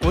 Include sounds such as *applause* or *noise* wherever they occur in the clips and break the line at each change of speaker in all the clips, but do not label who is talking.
国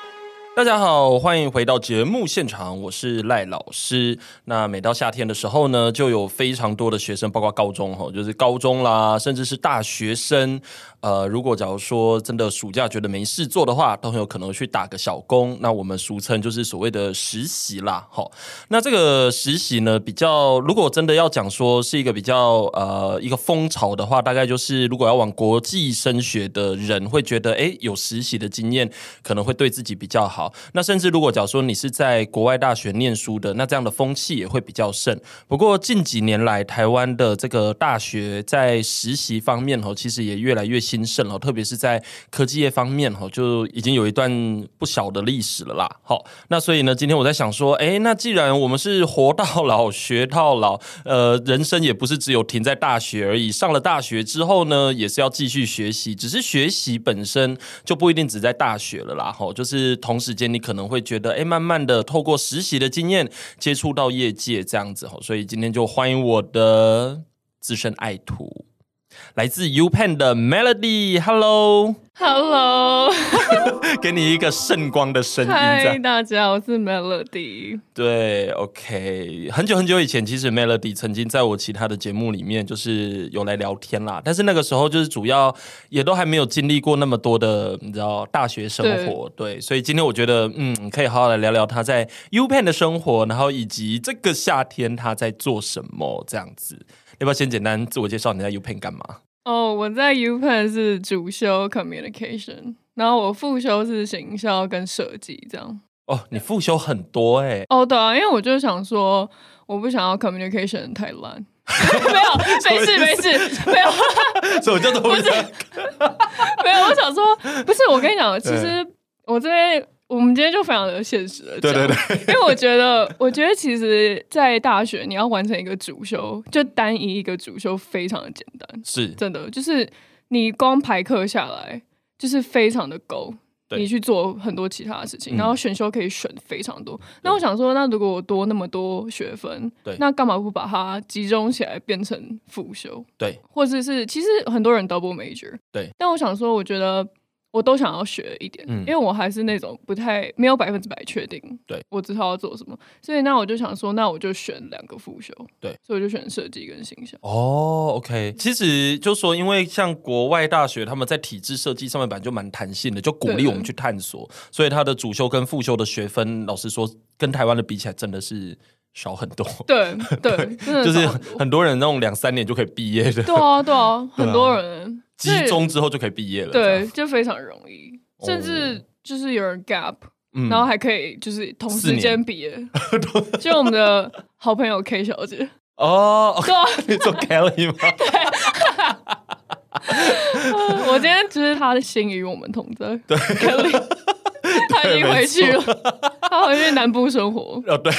大家好，欢迎回到节目现场，我是赖老师。那每到夏天的时候呢，就有非常多的学生，包括高中哈，就是高中啦，甚至是大学生。呃，如果假如说真的暑假觉得没事做的话，都很有可能去打个小工。那我们俗称就是所谓的实习啦，好。那这个实习呢，比较如果真的要讲说是一个比较呃一个风潮的话，大概就是如果要往国际升学的人会觉得，诶，有实习的经验可能会对自己比较好。那甚至如果假如说你是在国外大学念书的，那这样的风气也会比较盛。不过近几年来，台湾的这个大学在实习方面哦，其实也越来越兴盛了，特别是在科技业方面哦，就已经有一段不小的历史了啦。好，那所以呢，今天我在想说，诶，那既然我们是活到老学到老， *laughs* 呃，人生也不是只有停在大学而已，上了大学之后呢，也是要继续学习，只是学习本身就不一定只在大学了啦。吼，就是同时间你可能会觉得，诶，慢慢的透过实习的经验接触到业界这样子吼，所以今天就欢迎我的资深爱徒。来自 U Pen 的 Melody，Hello，
Hello，
给你一个圣光的声音，这样
嗨，大家，我是 Melody。
对，OK，很久很久以前，其实 Melody 曾经在我其他的节目里面就是有来聊天啦，但是那个时候就是主要也都还没有经历过那么多的，你知道大学生活，对，所以今天我觉得嗯，可以好好来聊聊他在 U Pen 的生活，然后以及这个夏天他在做什么这样子。要不要先简单自我介绍你在 U Pen 干嘛？
哦、我在 U Pen 是主修 Communication，然后我副修是行销跟设计这样。
哦，你复修很多哎、
*laughs* 哦、对啊，因为我就想说，我不想要 Communication 太
*laughs*
烂。没有，没事，没事，没有，
所以我叫做
不是
*laughs*
没有。我想说，不是，我跟你讲，其实我这边。我们今天就非常的现实的，
对对对，
因为我觉得，我觉得其实，在大学你要完成一个主修，就单一一个主修非常的简单，
是
真的就是你光排课下来就是非常的够，
对
你去做很多其他的事
嗯
情，然后选修可以选非常多。那我想说，那如果我多那么多学分，
对
那干嘛不把它集中起来变成辅修，
对
或者是其实很多人 double major，
对。
但我想说，我觉得。我都想要学一点，
嗯
因为我还是那种不太没有百分之百确定，
对
我知道要做什么，所以那我就想说，那我就选两个辅修，
对，
所以我就选设计跟形象。
哦、o k 其实就说，因为像国外大学，他们在体制设计上面本来就蛮弹性的，就鼓励
对
我们去探索，所以它的主修跟副修的学分，老实说，跟台湾的比起来，真的是少很多， *laughs*
对对，真的
就是
差很多
很多人那种两三年就可以毕业的，
*laughs* 对啊，对啊，很多人
集中之后就可以毕业了，
对
这样
对，，就非常容易，
哦
甚至就是有人 gap，、
嗯
然后还可以就是同
四
时
年
间毕业，
*laughs*
就我们的好朋友 K 小姐，
哦，OK，*laughs*
对啊，
你做 Kelly 吗？
我今天就是她的心与我们同在，对，
*laughs*
可以，她已经回去了，她回去南部生活，
哦，对，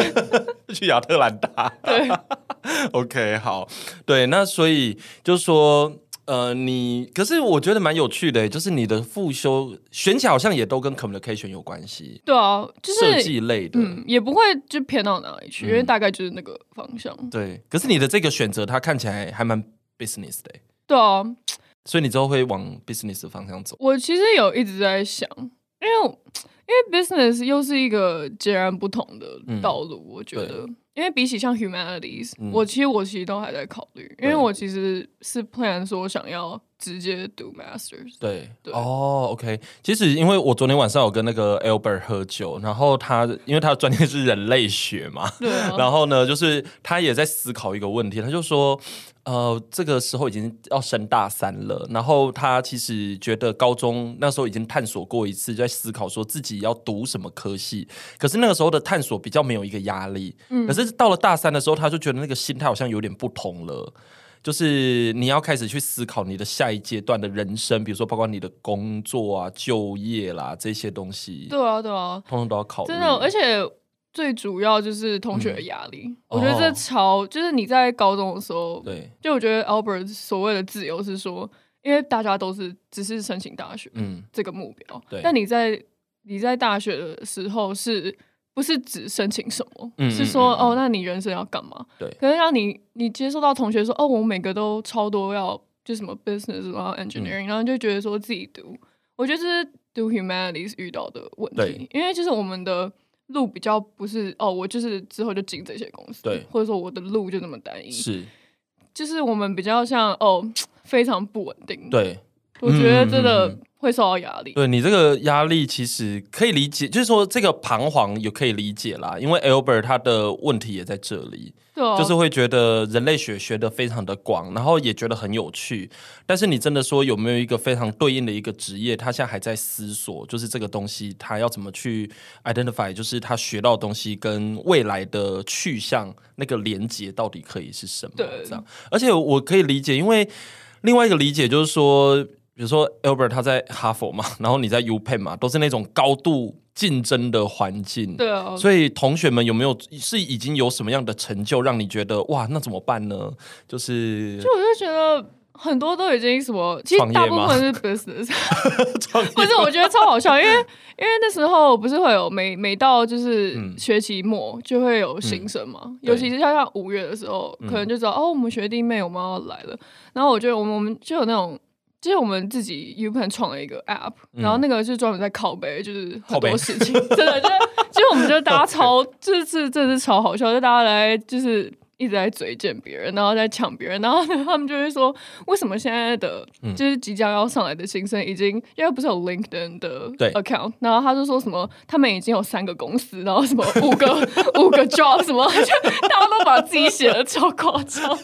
*laughs* 去亚特兰大。
对
*laughs* OK，好，对，那所以就说，呃，你可是我觉得蛮有趣的，欸就是你的复修选起来好像也都跟 communication 有关系，
对啊，就
设
是
计类的。
嗯，也不会就偏到哪里去，因为
嗯
大概就是那个方向，
对，可是你的这个选择，它看起来还蛮 business 的，欸
对啊，
所以你之后会往 business 的方向走。
我其实有一直在想，因为我因为 business 又是一个截然不同的道路，我觉得，因为比起像 humanities，、
嗯
我其实我其实都还在考虑，因
对
为我其实是 plan 说想要直接读 masters，
对，
对
哦，OK、o k 其实因为我昨天晚上有跟那个 Albert 喝酒，然后他因为他的专业是人类学嘛，
对啊，
然后呢，就是他也在思考一个问题，他就说，呃，这个时候已经要升大三了，然后他其实觉得高中那时候已经探索过一次，就在思考说自己要读什么科系，可是那个时候的探索比较没有一个压力，
嗯
可是到了大三的时候，他就觉得那个心态好像有点不同了。就是你要开始去思考你的下一阶段的人生，比如说包括你的工作啊、就业啦这些东西，
对啊，对啊，
通通都要考虑。
真的，而且最主要就是同学的压力，
哦
我觉得这超就是你在高中的时候，
对，
就我觉得 Albert 所谓的自由是说，因为大家都是只是申请大学，
嗯，
这个目标
对。
但你在你在大学的时候是不是只申请什么，
嗯
是说
嗯嗯嗯
哦，那你人生要干嘛？
对
可是让你你接受到同学说哦，我每个都超多要就什么 business 然后
嗯
engineering，、然后就觉得说自己读，我觉得这是读 humanities 遇到的问
对
题，因为就是我们的路比较不是哦，我就是之后就进这些公司，
对
或者说我的路就那么单一，
是
就是我们比较像哦非常不稳定，，
对，
我觉得真
嗯嗯
的
嗯
会受到压力，
对你这个压力其实可以理解，就是说这个彷徨也可以理解啦，因为 Albert 他的问题也在这里，
对啊，
就是会觉得人类学学的非常的广，然后也觉得很有趣，但是你真的说有没有一个非常对应的一个职业，他现在还在思索，就是这个东西他要怎么去 identify，就是他学到的东西跟未来的去向那个连接到底可以是什么？
对
这样，而且我可以理解，因为另外一个理解就是说，比如说 Albert 他在哈佛嘛，然后你在 U Penn 嘛，都是那种高度竞争的环境，
对啊，
所以同学们有没有是已经有什么样的成就，让你觉得哇，那怎么办呢？就是
就我就觉得很多都已经什么，其
创
实
业
大部
吗
分是 business，
*laughs* 创业
不是我觉得超好笑，
*laughs*
因为因为那时候不是会有每每到就是
嗯
学期末就会有新生嘛，尤其是像像五月的时候，
嗯
可能就知道、哦，我们学弟妹我们要来了，然后我觉得我们我们就有那种。就是我们自己 U Pen 创了一个 App，、然后那个是专门在拷贝，就是
靠
很
北
多事情，真的就是，就是我们就大家超，就是真的是超好笑，就大家来就是一直在嘴贱别人，然后在抢别人，然后呢他们就会说，为什么现在的就是即将要上来的新生已经，因为不是有 LinkedIn 的
对
account，然后他就说什么他们已经有三个公司，然后什么五个五个 *laughs* job 什么，就大家都把自己写的超夸张，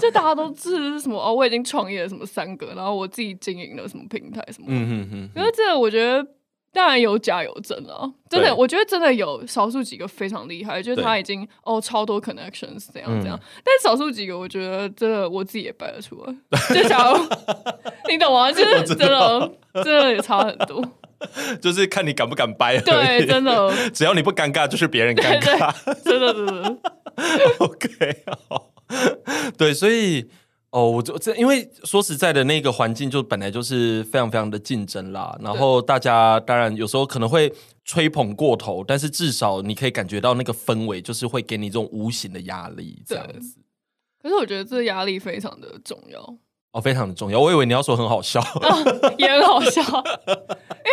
就大家都是什么哦，我已经创业了什么三个，然后我自己经营了什么平台什么，
嗯嗯
可是这个我觉得当然有假有真了，真的，
对
我觉得真的有少数几个非常厉害，就是
对
他已经哦超多 connections 这样
嗯
这样，但少数几个我觉得真的我自己也掰得出来，就
*laughs*
假如你懂吗？就是真的真的也差很
*laughs*
多，
哼，就是看你敢不敢掰而已。
对，真的
只要你不尴尬，就是别人尴尬。
真的真的
*laughs* OK，好，对，所以哦，我就这，因为说实在的，那个环境就本来就是非常非常的竞争啦。然后大家当然有时候可能会吹捧过头，但是至少你可以感觉到那个氛围，就是会给你这种无形的压力，这样
对
子。
可是我觉得这压力非常的重要，
哦，非常的重要。我以为你要说很好
*laughs*
笑，
也很好
*laughs*
笑，因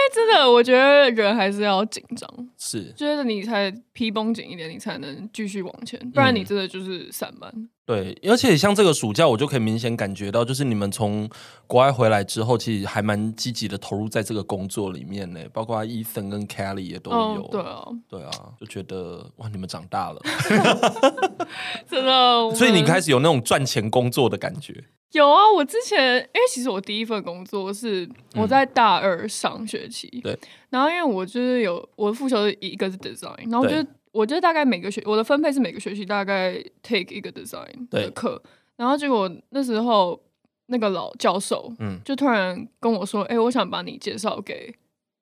为真的我觉得人还是要紧张，
是
觉得你才皮绷紧一点，你才能继续往前，不然
嗯
你真的就是散漫。
对，而且像这个暑假，我就可以明显感觉到，就是你们从国外回来之后，其实还蛮积极的投入在这个工作里面呢，包括伊森跟 Kelly 也都有，
嗯，对啊，
对啊，就觉得哇，你们长大了，
真的。
所以你开
始
始有那种赚钱工作的感觉，
有啊？我之前因为其实我第一份工作是我在大二上学期，
嗯对
然后因为我就是有我的副修一个是 design，然后我
对
就我就大概每个学我的分配是每个学期大概 take 一个 design
对
的课，然后结果那时候那个老教授
嗯，
就突然跟我说：“哎、我想把你介绍给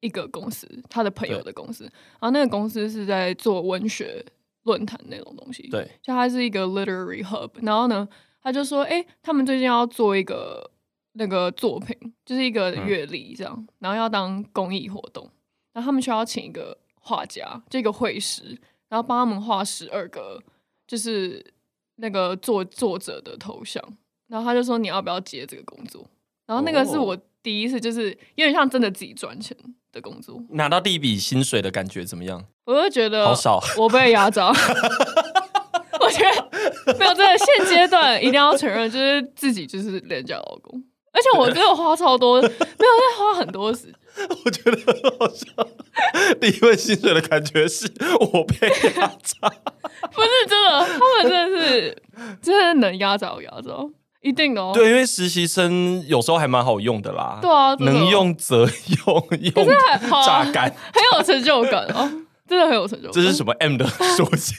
一个公司，他的朋友
对
的公司。然后那个公司是在做文学论坛那种东西，
对，
就它是一个 literary hub。然后呢，他就说：哎、他们最近要做一个那个作品，就是一个
嗯
阅历这样，然后要当公益活动，然后他们需要请一个画家，就一个绘师，然后帮他们画十二个，就是那个作作者的头像。”然后他就说你要不要接这个工作？然后那个是
哦
我第一次，就是有点像真的自己赚钱的工作，
拿到第一笔薪水的感觉怎么样？
我就觉得
好
*laughs*
少，
我被压榨。我觉得没有，真的现阶段一定要承认，就是自己就是廉价老公，而且我真的花
*laughs*
超多，没有在花很多时间，
我觉得很好笑。第一份薪水的感觉是我被压
哦
榨，
不是真的，他们真的是真的能压榨我压榨，一定的哦。
对，因为实习生有时候还蛮好用的啦，
对啊，真的
能用则用，用
还好啊
榨干。
很有成就感哦，真的很有成就感。
这是什么 M 的属 *laughs* 性？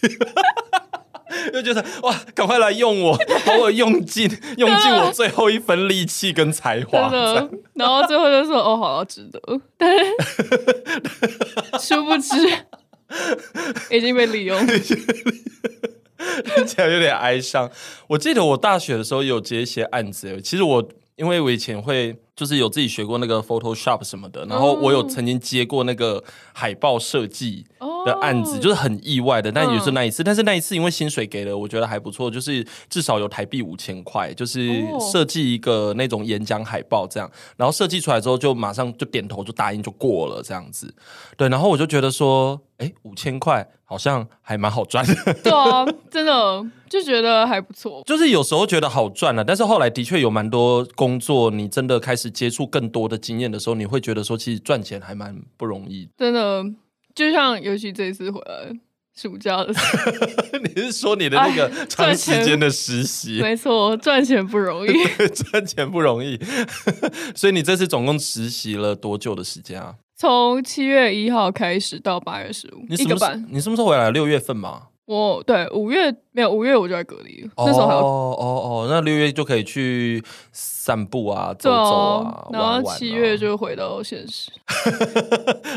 就觉得哇，赶快来用我，把我用尽，用尽我最后一分力气跟才华
真。
这样 *laughs*
的。然后最后就说：“哦，好，值得。”但是殊不知已经被利用。
*laughs* 听起来有点哀伤。我记得我大学的时候有接一些案子，其实我因为我以前会就是有自己学过那个 Photoshop 什么的，然后我有曾经接过那个海报设计
哦
的案子，就是很意外的，但也是
嗯
那一次。但是那一次因为薪水给了，我觉得还不错，就是至少有台币五千块，就是
哦
设计一个那种演讲海报这样。然后设计出来之后，就马上就点头就答应就过了这样子。对，然后我就觉得说，哎，五千块好像还蛮好赚的。 *laughs*
对啊，真的就觉得还不错。
就是有时候觉得好赚啊了、但是后来的确有蛮多工作，你真的开始接触更多的经验的时候，你会觉得说，其实赚钱还蛮不容易。
真的，就像尤其这一次回来暑假的时
*laughs*
候，
*laughs* 你是说你的那个
哎
长时间的实习，
没错， *laughs* 赚钱不容易。
*laughs* 赚钱不容易， *laughs* 所以你这次总共实习了多久的时间啊？
从七月一号开始到八月十五，
你
一
什
个
么时
班。
你什么时候回来？六月份嘛。
我对五月没有五月我就在隔离了，那时候还有
哦哦哦，那六月就可以去散步啊，走
对
走
啊
啊，，
然
玩
后
玩啊
七月，就回到现实。
*laughs*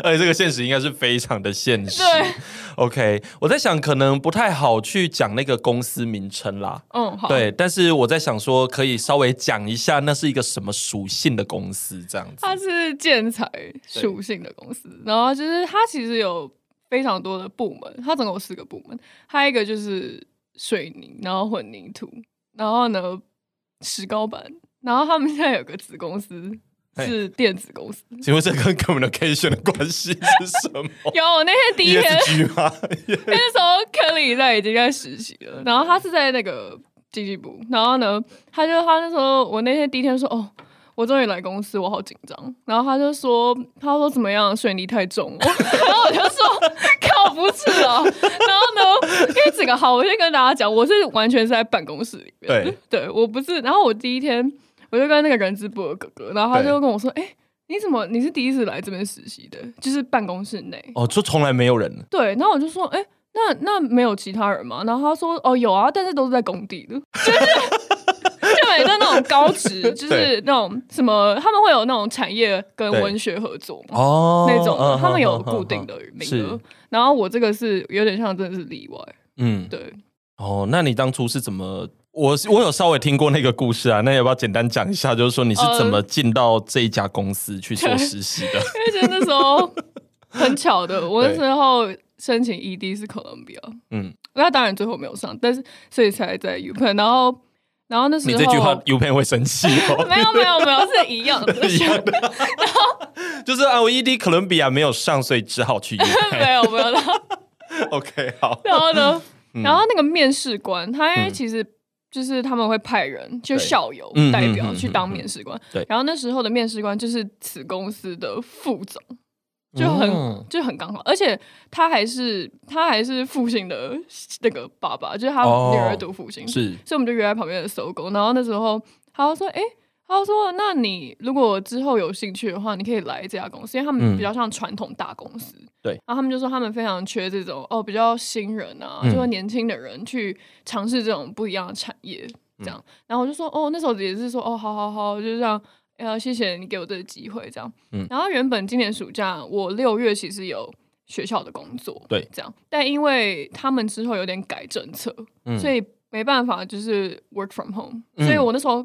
而且这个现实应该是非常的现实。
*laughs* 对，
OK，我在想可能不太好去讲那个公司名称啦。
嗯，好，
对，但是我在想说，可以稍微讲一下那是一个什么属性的公司这样子。
它是建材属性的公司，然后就是它其实有非常多的部门，它总共有四个部门，还有一个就是水泥，然后混凝土，然后呢石膏板，然后他们现在有个子公司
嘿哦
是电子公司。
请问这跟 communication 的关系是什么
有我那天 *laughs* 第一天，
？ESG 吗？
*laughs* 那时候科里在已经在实习了，
嗯
然后他是在那个经济部，然后呢，他就他那时候我那天第一天说哦。我终于来公司，我好紧张。然后他就说：“他说怎么样，水泥太重了。”哦 *laughs* 然后我就说：“靠，不是啊。”然后呢，因为整个好，我先跟大家讲，我是完全是在办公室里面的，
对
对我不是。然后我第一天我就跟那个人资部的哥哥，然后他
对
就跟我说：“哎、你怎么你是第一次来这边实习的？就是办公室内。”
哦，就从来没有人。
对，然后我就说，哎、那那没有其他人吗？然后他说，哦，有啊，但是都是在工地的， *laughs* 就是就每个那种高职，就是
对
那种什么，他们会有那种产业跟
对
文学合作嘛，
哦，
那种的
嗯
他们有
嗯
固
嗯
定的名额
是。
然后我这个是有点像真的是例外，
嗯，
对，
哦，那你当初是怎么？我我有稍微听过那个故事啊，那要不要简单讲一下？就是说你是怎么进到这一家公司去做实习
*laughs*
的？
而且那时候
*laughs*
很巧的，我那
对
时候申请 ED 是哥伦比亚，
嗯，
那当然最后没有上，但是所以才在 U P，然后然后那时
你
候
这句话 U 片会生气哦。
没有没 *laughs* 有没有是一样的，
*laughs* 一样的，就是啊，我 ED 哥伦比亚没有上，所以只好去 U
*laughs* 没有没有。然后
OK，好，
然后呢，
嗯
然后那个面试官，他因为其实就是他们会派人，就
对
校友
嗯
代
嗯
表
嗯
去
嗯嗯
当面试官。
对
然后那时候的面试官就是此公司的副总，就很、
嗯
就很刚好，而且他还是他还是复兴的那个爸爸，就是他
哦
女儿读复兴，
是
所以我们就约在旁边的搜狗。然后那时候他就说：“哎、他就说，那你如果之后有兴趣的话，你可以来这家公司，因为他
嗯
们比较像传统大公司。
对
然后他们就说他们非常缺这种哦，比较新人啊，
嗯
就是年轻的人去尝试这种不一样的产业，这
嗯
样。然后我就说：哦，那时候也是说哦，好好好，就是这样。呃，谢谢你给我这个机会，这样。
嗯
然后原本今年暑假我六月其实有学校的工作，
对，
这样。但因为他们之后有点改政策，
嗯
所以没办法，就是 work from home。
嗯
所以我那时候，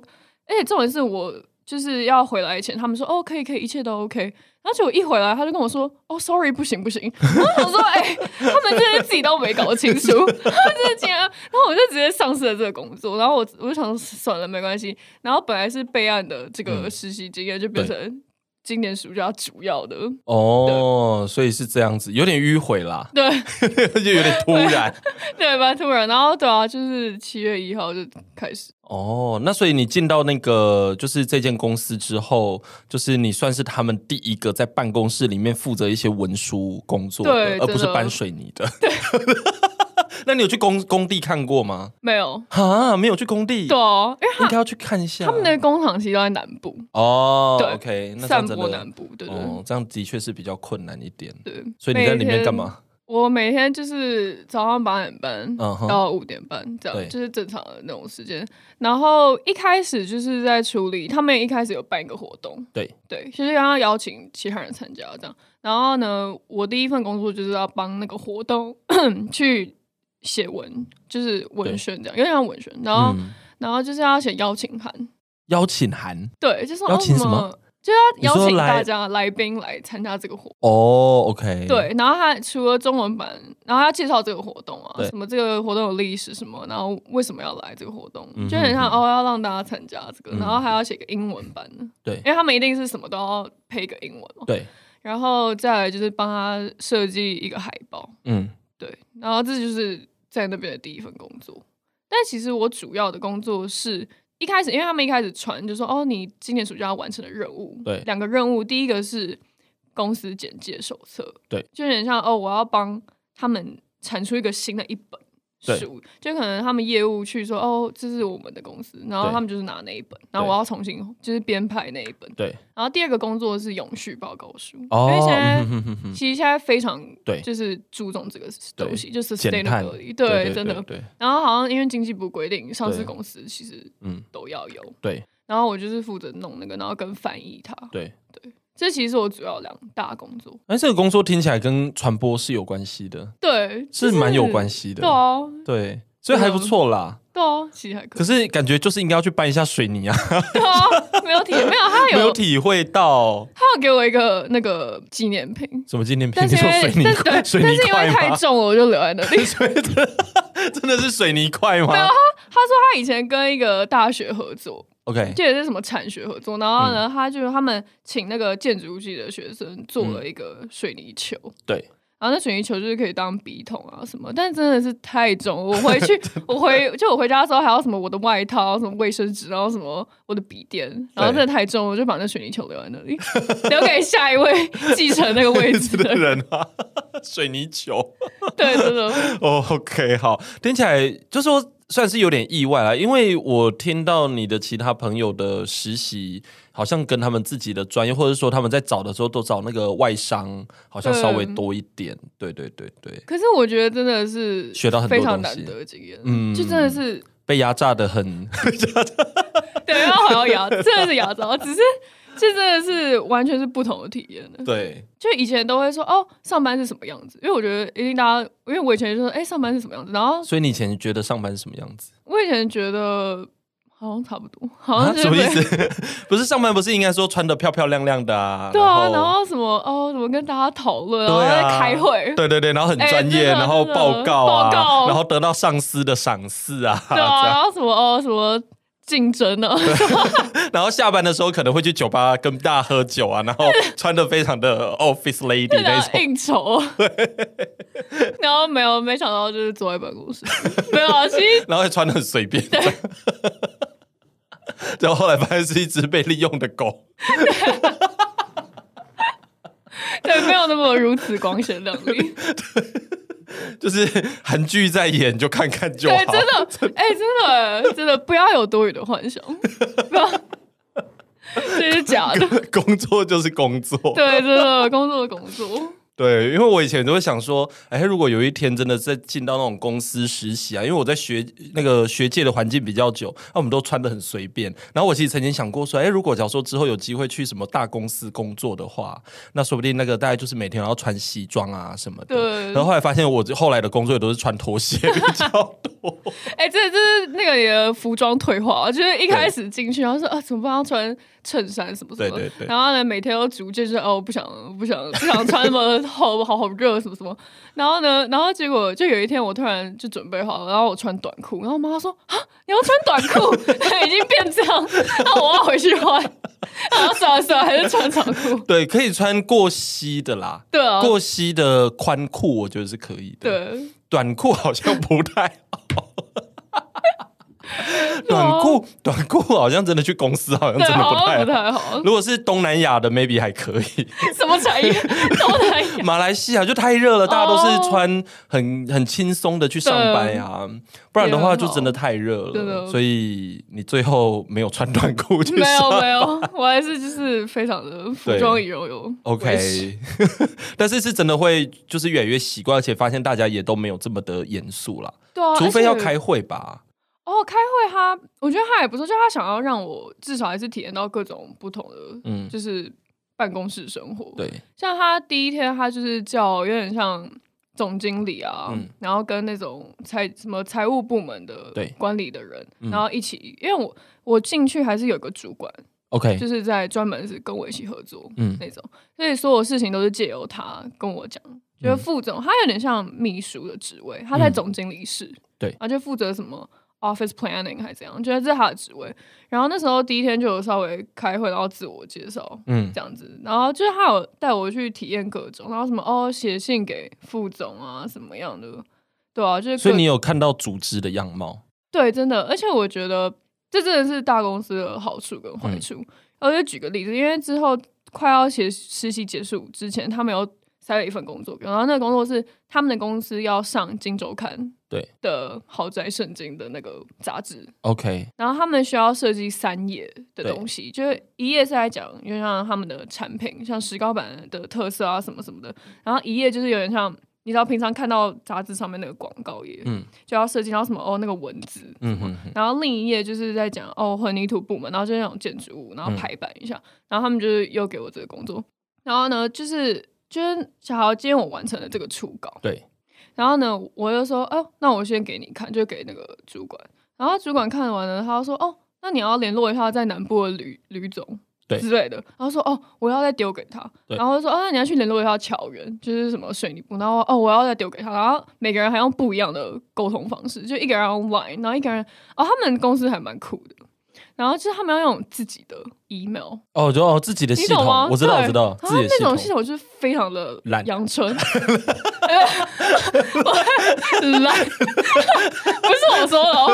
而且重点是我就是要回来前，他们说哦可以可以，一切都 OK。而且我一回来，他就跟我说哦 sorry 不行不 *laughs* 行。然后我想说哎、他们真的自己都没搞清楚， *laughs* 他们真的竟然，然后我就直接丧失了这个工作。然后我我就想说算了没关系。然后本来是备案的这个
嗯
实习经验就变成今年暑假主要的，，
哦，所以是这样子，有点迂回啦 *laughs*
对
就有点突然。
对蛮突然。然后对啊，就是七月一号就开始。
哦，那所以你进到那个就是这间公司之后，就是你算是他们第一个在办公室里面负责一些文书工作的，
对
而不是
真的
搬水泥的。对， *laughs* 那你有去工工地看过吗？
没有，
啊，没有去工地，
对啊，因为
应该要去看一下。
他们的工厂其实都在南部，
哦
对
，OK，那这
散
样真
播
的
南部，对对
哦，这样的确是比较困难一点。
对。
所以你在里
每
面
天
干嘛？
我每天就是早上八点半
嗯哼
到五点半这
对
样，就是正常的那种时间。然后一开始就是在处理，他们一开始有办一个活动，
对
对，就是刚刚邀请其他人参加这样。然后呢，我第一份工作就是要帮那个活动 *coughs* 去写文，就是文宣这样，有点像文宣。然后，
嗯
然后就是要写邀请函，
邀请函。
对，就是哦
邀请什么
么，就要
你
邀
说
请
来
大家来宾来参加这个活动。
哦，OK，，
对，然后他除了中文版，然后他介绍这个活动啊，
对
什么这个活动有历史什么，然后为什么要来这个活动，
嗯哼
就很像哦要让大家参加这个，
嗯
然后还要写个英文版的，
对
因为他们一定是什么都要配一个英文嘛，
对，
然后再来就是帮他设计一个海报，
嗯，
对，然后这就是在那边的第一份工作，但其实我主要的工作是。一开始，因为他们一开始传就说：“哦，你今年暑假要完成的任务，
对
两个任务，第一个是公司简介手册，
对，
就有点像哦，我要帮他们产出一个新的一本
对
书，就可能他们业务去说哦，这是我们的公司，然后
对
他们就是拿那一本，然后
对
我要重新就是编排那一本，
对，
然后第二个工作是永续报告书，
哦
因为现在、
嗯哼哼哼哼
其实现在非常
对
就是注重这个
对
东西，就是 s t
减
a i n
碳
a b i
对
真的。
对，
然后好像因为经济部规定，上市
对
公司其实
嗯，
都要有。
对
然后我就是负责弄那个，然后跟翻译它。
对。
这其实是我主要两大工作。
哎，这个工作听起来跟传播是有关系的，
对，
是蛮有关
系
系的
对，啊，
对，所以还不错啦。
对啊，其实还可
可
以。
是感觉就是应该要去搬一下水泥啊，
对啊，没有体没有，他
没有
有
体会到
他有给我一个那个纪念品，
什么纪念品，
但
你
是
说
因为
水泥
但
块，*laughs*
对
水
但
泥
是因
块
为太
吗？
重了，我就留在那里。 *laughs*
所以真的真的是水泥块吗
他说他以前跟一个大学合作，
？OK，
这也是什么产学合作，然后
嗯
呢，他就是他们请那个建筑系的学生做了一个水泥球。
嗯对，
然后那水泥球就是可以当笔筒啊什么，但真的是太重了。我回
*laughs*
去，我回就我回家的时候还要什么我的外套、什么卫生纸，然后什么我的笔垫，然后真的太重了，我就把那水泥球留在那里， *laughs* 留给下一位继承那个位
*laughs*
置的
的
人。
人啊，水泥球。
对，真的，
*laughs* 哦、o k 好，听起来就说算是有点意外啦，因为我听到你的其他朋友的实习，好像跟他们自己的专业，或者说他们在找的时候都找那个外商，好像稍微
嗯
多一点。对对对对，
可是我觉得真的是
学到很多
非常
东
难
西
得的经验，
嗯
就真的是
被压榨的很，
*laughs* 对，要好好牙，真的是牙招，只是这真的是完全是不同的体验的。
对
就以前都会说哦，上班是什么样子，因为我觉得一定大家，因为我以前就说哎、上班是什么样子，然后
所以你以前觉得上班是什么样子？
我以前觉得好像差不多，好
啊
哦像、就是、
什么意？思？ *laughs* 不是上班不是应该说穿的漂漂亮亮的啊？
*laughs* 对啊，然后什么哦，怎么跟大家讨论，然后
对啊
在开会，
对对对，然后很
哎
专业，
真的
然后
真的
报告啊，
报告
然后得到上司的赏识啊，
对
这
啊，
样
然后什么哦什么竞争啊，
然后下班的时候可能会去酒吧跟大家喝酒啊，然后穿的非常的 office
*laughs*
lady
然
那
后
种。
应酬，啊然后没有没想到就是坐在办公室，没有啊，其实
然后还穿的很随便， *laughs* 然后后来发现是一只被利用的狗，
对没有那么如此光鲜亮丽，
就是韩剧在演就看看就好。
对，啊真的，哎、真的真的不要有多余的幻想， *laughs* 不要，这是假 *laughs* 的，
*laughs* 工作就是工作，
对，真的工作的工作。
对，因为我以前都会想说，哎，如果有一天真的在进到那种公司实习啊，因为我在学那个学界的环境比较久，那、我们都穿的很随便。然后我其实曾经想过说，哎，如果假如说之后有机会去什么大公司工作的话，那说不定那个大概就是每天要穿西装啊什么的。
对
然后后来发现，我后来的工作也都是穿拖鞋比
*laughs*
较多。
哎、这这是那个你的服装退化，哦就是一开始进去，然后说啊，怎么办？要穿衬衫什么什
对
么，
对对
然后呢，每天都逐渐就是哦，我不想不想不想穿什
*laughs*
么好好好热什么什么，然后呢，然后结果就有一天我突然就准备好了，然后我穿短裤，然后我妈说啊，你要穿短裤， *laughs* 已经变这样，那我要回去换，然后算了算了，还是穿长裤，
对，可以穿过膝的啦，
对啊，
过嗯膝的宽裤我觉得是可以的。
对。
短裤好像不太好。
*laughs* 对啊
短裤，短裤好像真的去公司好像
对，
真的
好
不
像
太
不
好。
太好。
如果是东南亚的，maybe 还可
*laughs*
以。
什么产业？什么产业？
马来西亚就太热了，大家都
哦
是穿很很轻松的去上班呀、不然的话就真的太热
真的
了。所以你最后没有穿短裤去
啊 *laughs* 没
上
有
班。
没有，我还是就是非常的服装仪容有维持
OK，但 *laughs* 是是真的会就是越来越习惯，而且发现大家也都没有这么的严肃啦，
对啊，
除非要
而且
开会吧。
哦，开会他，我觉得他也不错，就他想要让我至少还是体验到各种不同的，
嗯
就是办公室生活。，
对，
像他第一天他就是叫有点像总经理啊，
嗯
然后跟那种财什么财务部门的
对
管理的人，
嗯
然后一起，因为我我进去还是有个主管，
OK，
就是在专门是跟我一起合作，
嗯
那种，所以所有事情都是借由他跟我讲。就是副总，他有点像秘书的职位，他在
嗯
总经理室，
对
然后就负责什么 office planning 还是怎样，觉得这是他的职位。然后那时候第一天就有稍微开会，然后自我介绍
嗯
这样子，然后就是他有带我去体验各种，然后什么哦写信给副总啊什么样的，对啊，就是
所以
各
你有看到组织的样貌，
对，真的，而且我觉得这真的是大公司的好处跟
嗯
坏处。呃我就举个例子，因为之后快要写实习结束之前，他们有塞了一份工作给我，然后那个工作是他们的公司要上《金周刊》
对
的豪宅圣经的那个杂志，
OK，
然后他们需要设计三页的东西，就是一页是在讲，就像他们的产品，像石膏板的特色啊什么什么的，然后一页就是有点像。你知道平常看到杂志上面那个广告页，
嗯
就要设计，然后什么哦那个文字，
嗯哼哼，
然后另一页就是在讲哦混凝土部门，然后就是那种建筑物，然后排版一下，
嗯
然后他们就是又给我这个工作，然后呢就是就是小豪今天我完成了这个初稿，
对，
然后呢我就说哦那我先给你看，就给那个主管，然后主管看完了，他就说哦那你要联络一下在南部的吕吕总。
对
之类的，然后说哦，我要再丢给他，
对
然后就说哦，那你要去联络一下巧源，就是什么水泥部，然后哦，我要再丢给他，然后每个人还用不一样的沟通方式，就一个人用 Line，然后一个人哦，他们公司还蛮酷的。然后就是他们要用自己的 email，
哦，就哦自己的
你
系
懂
统
吗？，
我知道，
对
我知道，
然
自
后
己的
那种
系
系
统，
统就是非常的
懒
阳春， *laughs* 懒，不是我说
*laughs*
的哦，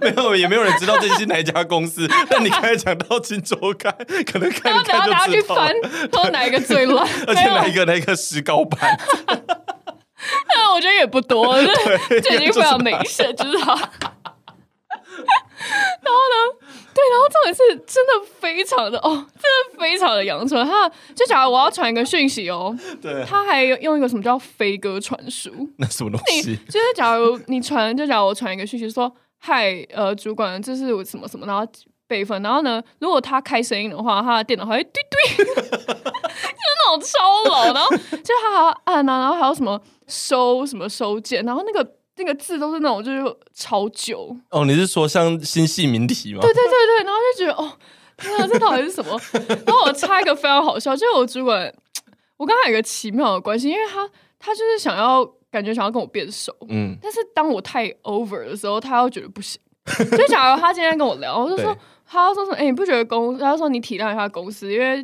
*laughs* 没有，也没有人知道这是哪一家公司。但你刚才讲到金周刊，可能
然
看
后
一
等下
看
大家
就
去
知道了
翻，，说哪一个最烂，
*laughs* 而且哪
没
一
有
个
啊
哪一个石膏版，
但我觉得也
*laughs*
不多， *laughs* 这这已经非常明显，就是他。然后呢，对，然后重点是真的非常的哦，真的非常的阳春。他就假如我要传一个讯息哦，
对，
他还用一个什么叫飞鸽传书，
那什么东
你
西？
就是假如你传，就假如我传一个讯息说嗨，呃，主管，这是我什么什么，然后备份，然后呢，如果他开声音的话，他的电脑还会对对， *laughs* 就是那种超老，然后就他还要按啊，然后还有什么收什么收件，然后那个。那个字都是那种就是超久，
哦，你是说像新系名题吗？
对对对对，然后就觉得哦，天啊，这到底是什么？然后我插一个非常好笑，就是我主管，我跟他有一个奇妙的关系，因为他他就是想要感觉想要跟我变熟，
嗯，
但是当我太 over 的时候，他又觉得不行。 *laughs* 就假如他今天跟我聊，我就说
对，
他要说什么？哎、你不觉得公？他说你体谅一下公司，因为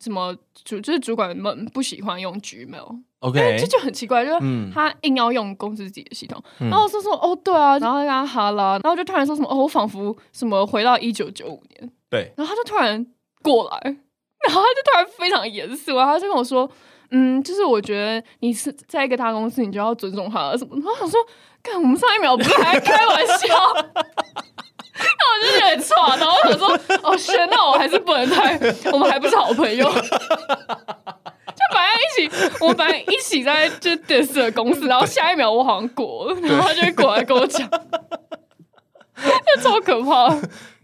什么主就是主管们不喜欢用 Gmail，
OK，
这就很奇怪，就是
嗯，
他硬要用公司自己的系统。
嗯
然后我就说哦，对啊，然后跟他哈拉，然后就突然说什么哦，我仿佛什么回到一九九五年，
对，
然后他就突然过来，然后他就突然非常严肃啊，他就跟我说，嗯，就是我觉得你是在一个大公司，你就要尊重他什么的。然后我想说，看我们上一秒不是还在开玩笑， *laughs* 那我就有点错，啊然后我想说，哦，天，那我还是不能太，我们还不是好朋友。 *laughs* 就本来一起，我们本来一起在就 diss 的公司，然后下一秒我好像过了，然后他就会过来跟我讲， *laughs* 那超可怕。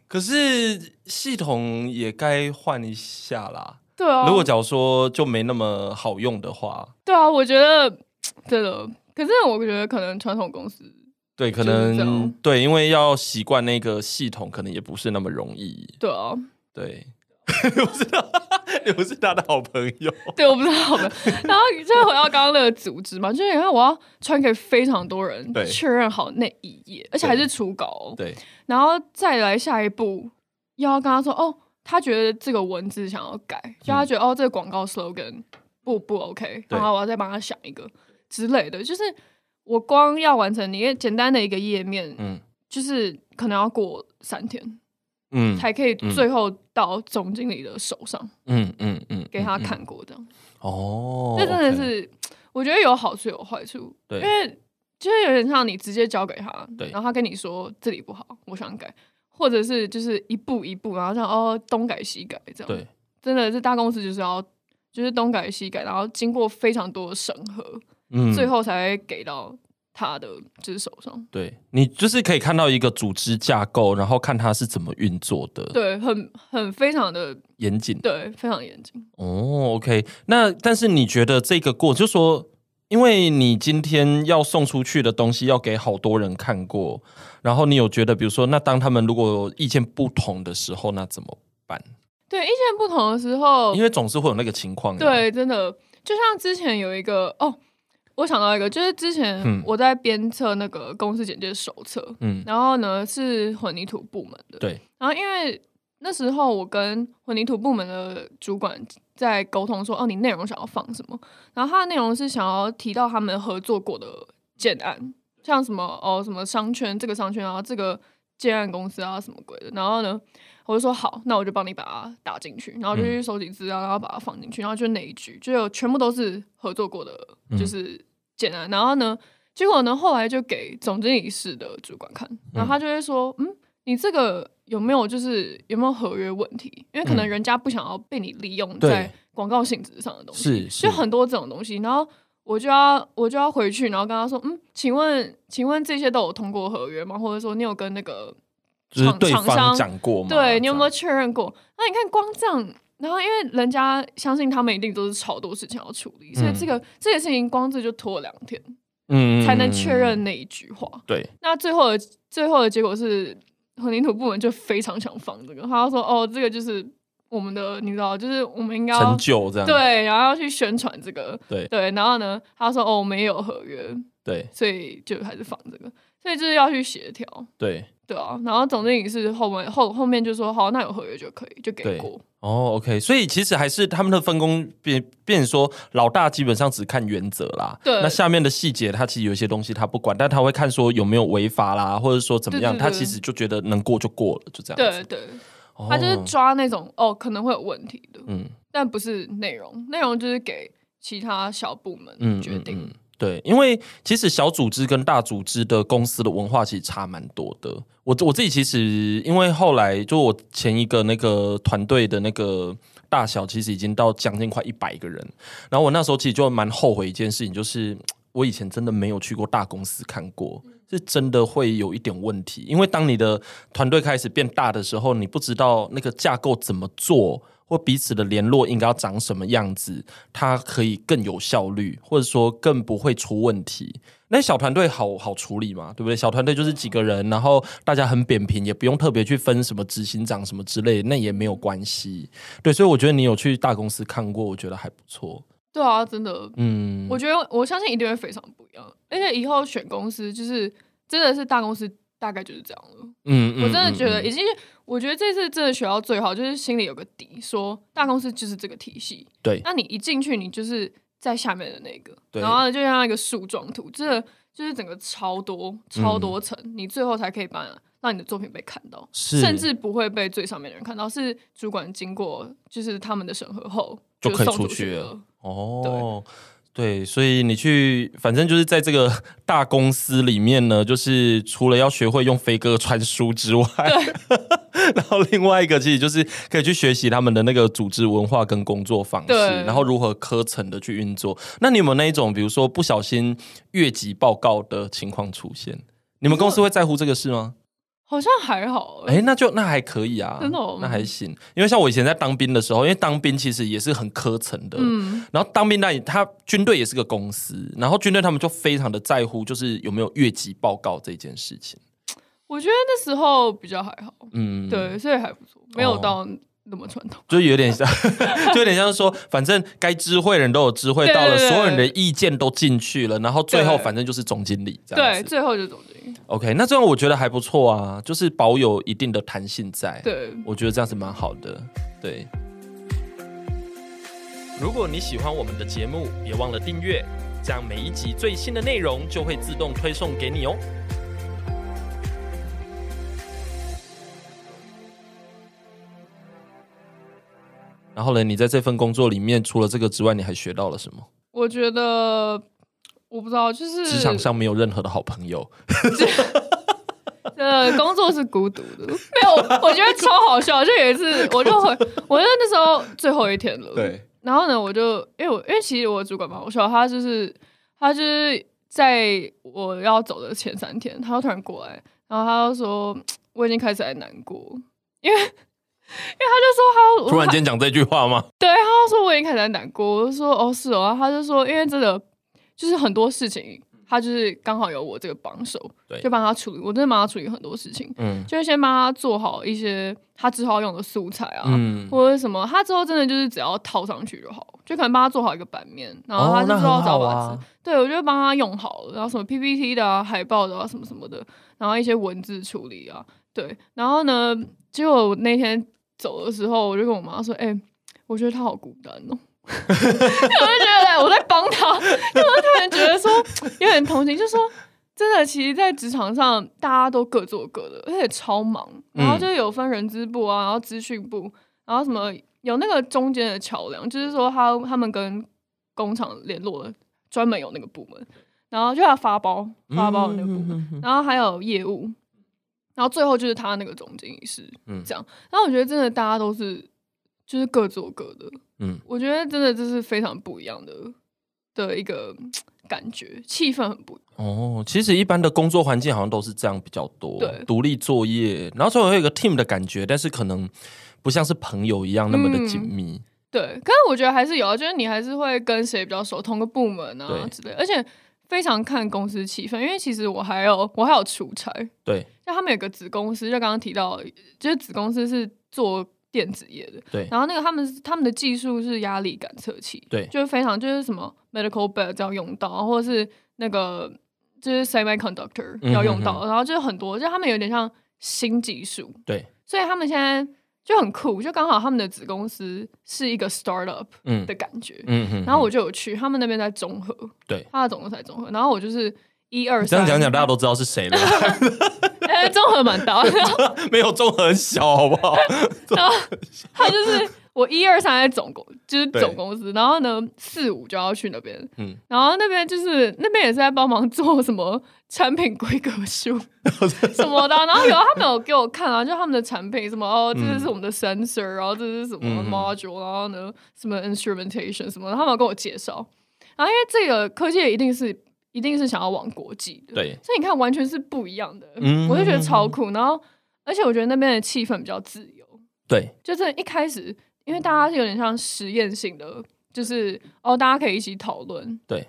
可是系统也该换一下啦。
对啊，
如果假如说就没那么好用的话，
对啊，我觉得真的，可是我觉得可能传统公司
对，可
就是这
能
样
对，因为要习惯那个系统，可能也不是那么容易。
对啊，
*laughs* 对，我是他， *laughs* 我是他的好朋友。
对，我不知道 *laughs* 的。然后再回到刚刚那个组织嘛，就是因为我要传给非常多人
对
确认好那一页，而且还是初稿哦、
对，
然后再来下一步，又要跟他说哦，他觉得这个文字想要改，
嗯
就他觉得、哦，这个广告 slogan 不不 OK，
对
然后我要再帮他想一个之类的，就是我光要完成你简单的一个页面，
嗯
就是可能要过三天。
嗯
才可以
嗯
最后到总经理的手上，
嗯嗯嗯，
给他
嗯。嗯
看过这样。
哦，
这真的
OK
是，我觉得有好处有坏处，
对
因为就是有点像你直接交给他，
对
然后他跟你说这里不好，我想改，或者是就是一步一步，然后这样哦东改西改这样。
对，
真的是大公司就是要。就是东改西改，然后经过非常多的审核，
嗯
最后才会给到他的就是手上。
对你就是可以看到一个组织架构，然后看它是怎么运作的，
对，很很非常的
严谨。
对，非常严谨。
哦，OK，那但是你觉得这个过，就说，因为你今天要送出去的东西要给好多人看过，然后你有觉得，比如说，那当他们如果意见不同的时候，那怎么办？
对，意见不同的时候，
因为总是会有那个情况。，
哦
啊
对，真的，就像之前有一个哦，我想到一个，就是之前
嗯
我在鞭策那个公司简介手册，
嗯，
然后呢是混凝土部门的，
对，
然后因为那时候我跟混凝土部门的主管在沟通说，哦，你内容想要放什么？然后他的内容是想要提到他们合作过的建案，像什么哦什么商圈这个商圈啊，这个建案公司啊什么鬼的。然后呢，我就说好，那我就帮你把它打进去，然后
嗯
就去收集资料，然后把它放进去，然后就那一句，就有全部都是合作过的，
嗯
就是建案。然后呢，结果呢，后来就给总经理室的主管看，然后他就会说，嗯，你这个有没有就是有没有合约问题？因为可能
嗯
人家不想要被你利用
对
在广告性质上的东西，
是是
就很多这种东西。然后我就要我就要回去，然后跟他说，嗯，请问请问这些都有通过合约吗？或者说你有跟那个
就是
厂
对
厂商
方讲过嘛，
对你有没有
这样？
确认过？那你看光这样，然后因为人家相信他们一定都是超多事情要处理，所以
嗯
这个、这个事情光这就拖了两天
嗯
才能确认。那一句话。
对，
那最后的最后的结果是，混凝土部门就非常想放这个，他就说哦，这个就是我们的，你知道，就是我们应该要
成就这样。
对，然后要去宣传这个，
对
对，然后呢，他说哦，我们也有合约，
对
所以就还是放这个，所以就是要去协调，
对，
对啊，然后总经理是后面后后面就说好，那有合约就可以，就给
对
过，
哦，OK，所以其实还是他们的分工变变成说，老大基本上只看原则啦，
对
那下面的细节他其实有一些东西他不管，但他会看说有没有违法啦，或者说怎么样，
对对对
他其实就觉得能过就过了，就这样
对
子。
对，
哦
他就是抓那种哦可能会有问题的，
嗯
但不是内容，内容就是给其他小部门
嗯
决定，
嗯嗯对，因为其实小组织跟大组织的公司的文化其实差蛮多的。我我自己其实因为后来就我前一个那个团队的那个大小，其实已经到将近快一百个人。然后我那时候其实就蛮后悔一件事情，就是我以前真的没有去过大公司看过，
嗯
是真的会有一点问题。因为当你的团队开始变大的时候，你不知道那个架构怎么做。或彼此的联络应该要长什么样子，它可以更有效率，或者说更不会出问题。那小团队好好处理嘛，对不对？小团队就是几个人，然后大家很扁平，也不用特别去分什么执行长什么之类的，那也没有关系。对，所以我觉得你有去大公司看过，我觉得还不错。
对啊，真的，
嗯，
我觉得我相信一定会非常不一样，而且以后选公司就是真的是大公司大概就是这样了。
嗯
我真的觉得已
经
经，我觉得这次真的学到最好就是心里有个底，说大公司就是这个体系。
对
那你一进去，你就是在下面的那个，
对
然后就像一个树状图，真的就是整个超多超多层，你最后才可以把让你的作品被看到。
嗯是
甚至不会被最上面的人看到，是主管经过就是他们的审核后
就可以
送
出
出
去
去
了
了。
哦。对，所以你去，反正就是在这个 *laughs* 大公司里面呢，就是除了要学会用飞鸽传书之外， *laughs* 然后另外一个其实就是可以去学习他们的那个组织文化跟工作方式，
对
然后如何科层的去运作。那你有没有那一种，比如说不小心越级报告的情况出现？你们公司会在乎这个事吗？
好像还好、欸，
哎、那就那还可以啊，
真的哦
那还行。因为像我以前在当兵的时候，因为当兵其实也是很科层的，
嗯，
然后当兵那里，他军队也是个公司，然后军队他们就非常的在乎，就是有没有越级报告这件事情。
我觉得那时候比较还好，
嗯，，哦
对，所以还不错，没有到那么传统。
就有点像， *laughs* 就有点像是说，反正该知会人都有知会
对
到了，
对对
所有人的意见都进去了，然后最后
对
反正就是总经理这样
对，
子。
最后就总经理，
OK，那这样我觉得还不错啊，就是保有一定的弹性在。，
对，
我觉得这样子蛮好的。对。
如果你喜欢我们的节目，别忘了订阅，这样每一集最新的内容就会自动推送给你哦。
然后呢，你在这份工作里面，除了这个之外，你还学到了什么？
我觉得我不知道，就是
职场上没有任何的好朋友。
呃，工作是孤独的，没有，我觉得超好笑。就有一次，我就回，我就那时候最后一天了，。然后呢，我就因为我因为其实我的主管蛮好笑，他就是他就是在我要走的前三天，他就突然过来，然后他就说我已经开始在难过，因为因为他就说他
突然间讲这句话吗？
对，他就说我已经开始在难过，我就说哦是哦，然后他就说因为真的。就是很多事情，他就是刚好有我这个帮手，
嗯对
就帮他处理。我真的帮他处理很多事情，
嗯
就是先帮他做好一些他之后要用的素材啊，
嗯，
或者什么，他之后真的就是只要套上去就好，就可能帮他做好一个版面，然后他
哦
就
那
知道
很
找
好
把子。
啊，
对，我就会帮他用好了，然后什么 PPT 的啊、海报的啊、什么什么的，然后一些文字处理啊，对。然后呢，结果我那天走的时候，我就跟我妈说：“哎、我觉得他好孤单哦。” *laughs* 我就觉得我在帮他，因为我突然觉得说有点同情，就说真的，其实，在职场上大家都各做各的，而且超忙，然
嗯
后就有分人资部啊，然后资讯部，然后什么有那个中间的桥梁，就是说他他们跟工厂联络的，专门有那个部门，然后就要发包发包的那个部门，
嗯
然后还有业务，然后最后就是他那个总经理是
嗯
这样。然后我觉得真的大家都是就是各做各的，
嗯
我觉得真的这是非常不一样的的一个嗯感觉，气氛很不一样。
哦，其实一般的工作环境好像都是这样比较多，
对
独立作业，然后所以会有一个 team 的感觉，但是可能不像是朋友一样那么的
嗯
紧密。
对，可是我觉得还是有啊，就是你还是会跟谁比较熟，同个部门啊
对
之类的，而且非常看公司气氛，因为其实我还有我还有出差，
对
就他们有个子公司，就刚刚提到，就是子公司是做电子业的，
对
然后那个他们他们的技术是压力感测器，
对
就是非常就是什么 medical bed 要用到，或者是那个就是 semiconductor
嗯
要用到，
哼哼
然后就是很多，就他们有点像新技术，
对，
所以他们现在就很酷，就刚好他们的子公司是一个 startup
嗯
的感觉，
嗯嗯
然后我
就
就有去他们那边在综合，
对
他的总公司在综合，然后我就是。一二
这
三，
样讲讲，大家都知道是谁了， *laughs*
呃，综合蛮大的，
没有综合很小，好不好？ *laughs*
然后他就是我一二三在总公，就是
对
总公司，然后呢四五就要去那边，
嗯
然后那边就是那边也是在帮忙做什么产品规格书什么的啊，然后有他们有给我看啊，就他们的产品什么哦，这
嗯
是我们的 sensor，然后这是什么
嗯
module，然后呢什么 instrumentation 什么的，他们有跟我介绍，然后因为这个科技也一定是一定是想要往国际的，
对，
所以你看，完全是不一样的。
嗯
我就觉得超酷。然后，而且我觉得那边的气氛比较自由，
对，
就是一开始，因为
嗯
大家是有点像实验性的，就是哦，大家可以一起讨论。
对。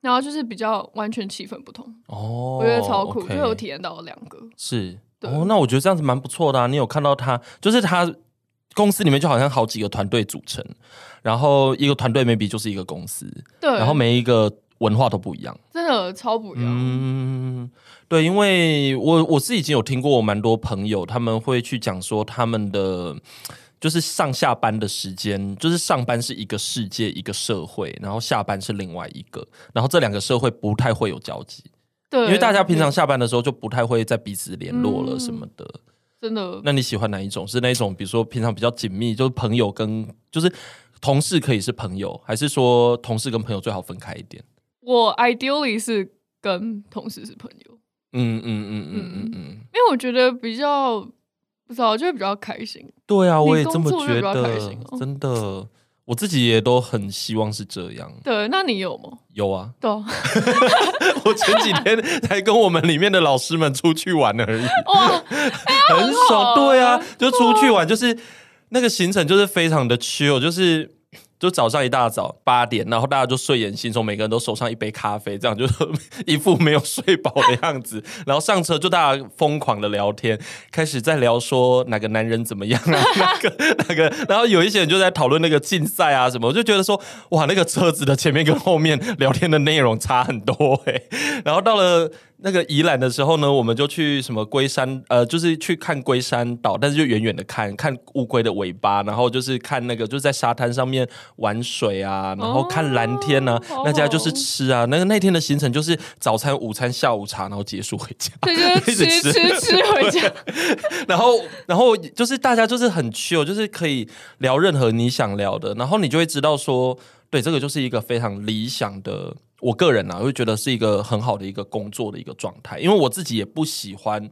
然后就是比较完全气氛不同，
哦，
我觉得超酷，
OK
就有体验到两个。
是
对
哦，那我觉得这样子蛮不错的、啊。你有看到他，就是他公司里面就好像好几个团队组成，然后一个团队 maybe 就是一个公司，
对，
然后每一个文化都不一样。
真的超不一样。
嗯，对，因为我我是已经有听过蛮多朋友他们会去讲说他们的。就是上下班的时间，就是上班是一个世界一个社会，然后下班是另外一个，然后这两个社会不太会有交集，
对，
因为大家平常下班的时候就不太会再彼此联络了什么的。
真的
那你喜欢哪一种？是那一种比如说平常比较紧密，就是朋友跟就是同事可以是朋友，还是说同事跟朋友最好分开一点？
我 ideally 是跟同事是朋友，
嗯嗯嗯嗯嗯嗯，
因为我觉得比较不知道，就是比较开心。
对啊，
你
我也这么
工作
觉
日比较开
得
心，哦
真的，我自己也都很希望是这样。
对，那你有吗？
有啊，
对啊，
*laughs*
*laughs*
我前几天才跟我们里面的老师们出去玩而已，
哇，
*laughs* 很
好
爽。对啊
啊，
就出去玩，就是那个行程就是非常的 chill，就是。就早上一大早八点，然后大家就睡眼惺忪，每个人都手上一杯咖啡，这样就是一副没有睡饱的样子。 *laughs* 然后上车就大家疯狂的聊天，开始在聊说哪个男人怎么样啊，哪个哪个，然后有一些人就在讨论那个竞赛啊什么，我就觉得说哇，那个车子的前面跟后面聊天的内容差很多哎、 *laughs* 然后到了那个宜兰的时候呢，我们就去什么龟山，呃，就是去看龟山岛，但是就远远的看看乌龟的尾巴，然后就是看那个就是在沙滩上面玩水啊，然后看蓝天啊，
哦
那家就是吃啊，那个那天的行程就是早餐、午餐、下午茶，然后结束回家。
对，就是
*laughs* 一直吃
吃吃吃回家。 *laughs*
然后，然后就是大家就是很 chill，就是可以聊任何你想聊的，然后你就会知道说，对，这个就是一个非常理想的。我个人啊，我就觉得是一个很好的一个工作的一个状态，因为我自己也不喜欢，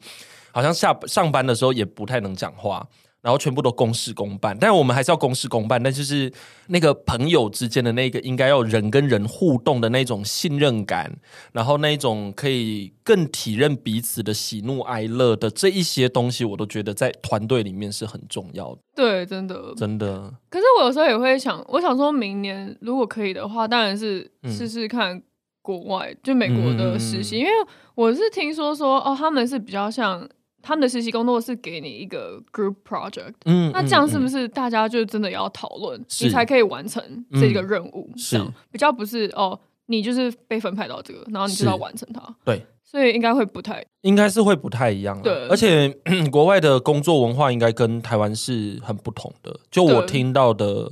好像下上班的时候也不太能讲话，然后全部都公事公办。但我们还是要公事公办，但就是那个朋友之间的那个应该要人跟人互动的那种信任感，然后那一种可以更体认彼此的喜怒哀乐的这一些东西，我都觉得在团队里面是很重要的，
对，
*laughs*
真的。
真的。嗯
可是我有时候也会想，我想说明年如果可以的话，当然是试试看国外，就美国的实习，因为我是听说说哦，他们是比较像他们的实习工作是给你一个 group project，
嗯
那这样是
是？
不是大家就真的要讨论，
是嗯
你才可以完成这个任务？
是
这样比较不是哦，你就是被分派到这个，然后你就是要完成它。
对，
所以应该会不太
应该是会不太一样啊，
对
而且国外的工作文化应该跟台湾是很不同的，就我
对
听到的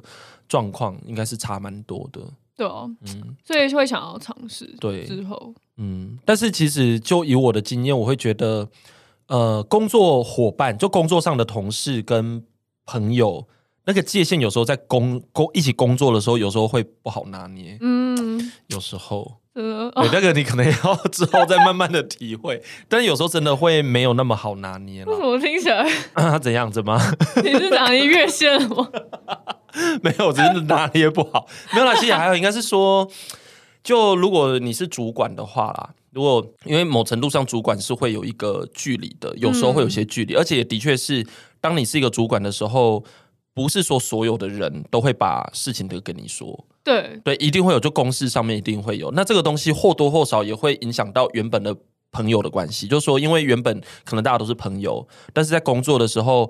状况应该是差蛮多的，
对哦，
嗯
所以会想要尝试。
对
之后
嗯，但是其实就以我的经验，我会觉得，呃，工作伙伴就工作上的同事跟朋友。那个界限有时候在工工一起工作的时候，有时候会不好拿捏。
嗯，
有时候，
真的哦
对那个你可能要 *laughs* 之后再慢慢的体会，但是有时候真的会没有那么好拿捏
为什 *laughs*
了。
么听起来
*laughs* 怎样？怎么？
*laughs* 你是哪里越线
*laughs*
了吗？
没有，只是拿捏不好。 *laughs* 没有啦，其实还有，应该是说，就如果你是主管的话啦，如果因为某程度上主管是会有一个距离的，有时候会有些距离，而且的确是，当你是一个主管的时候。不是说所有的人都会把事情都跟你说，
对，
对，一定会有，就公事上面一定会有。那这个东西或多或少也会影响到原本的朋友的关系，就是说，因为原本可能大家都是朋友，但是在工作的时候，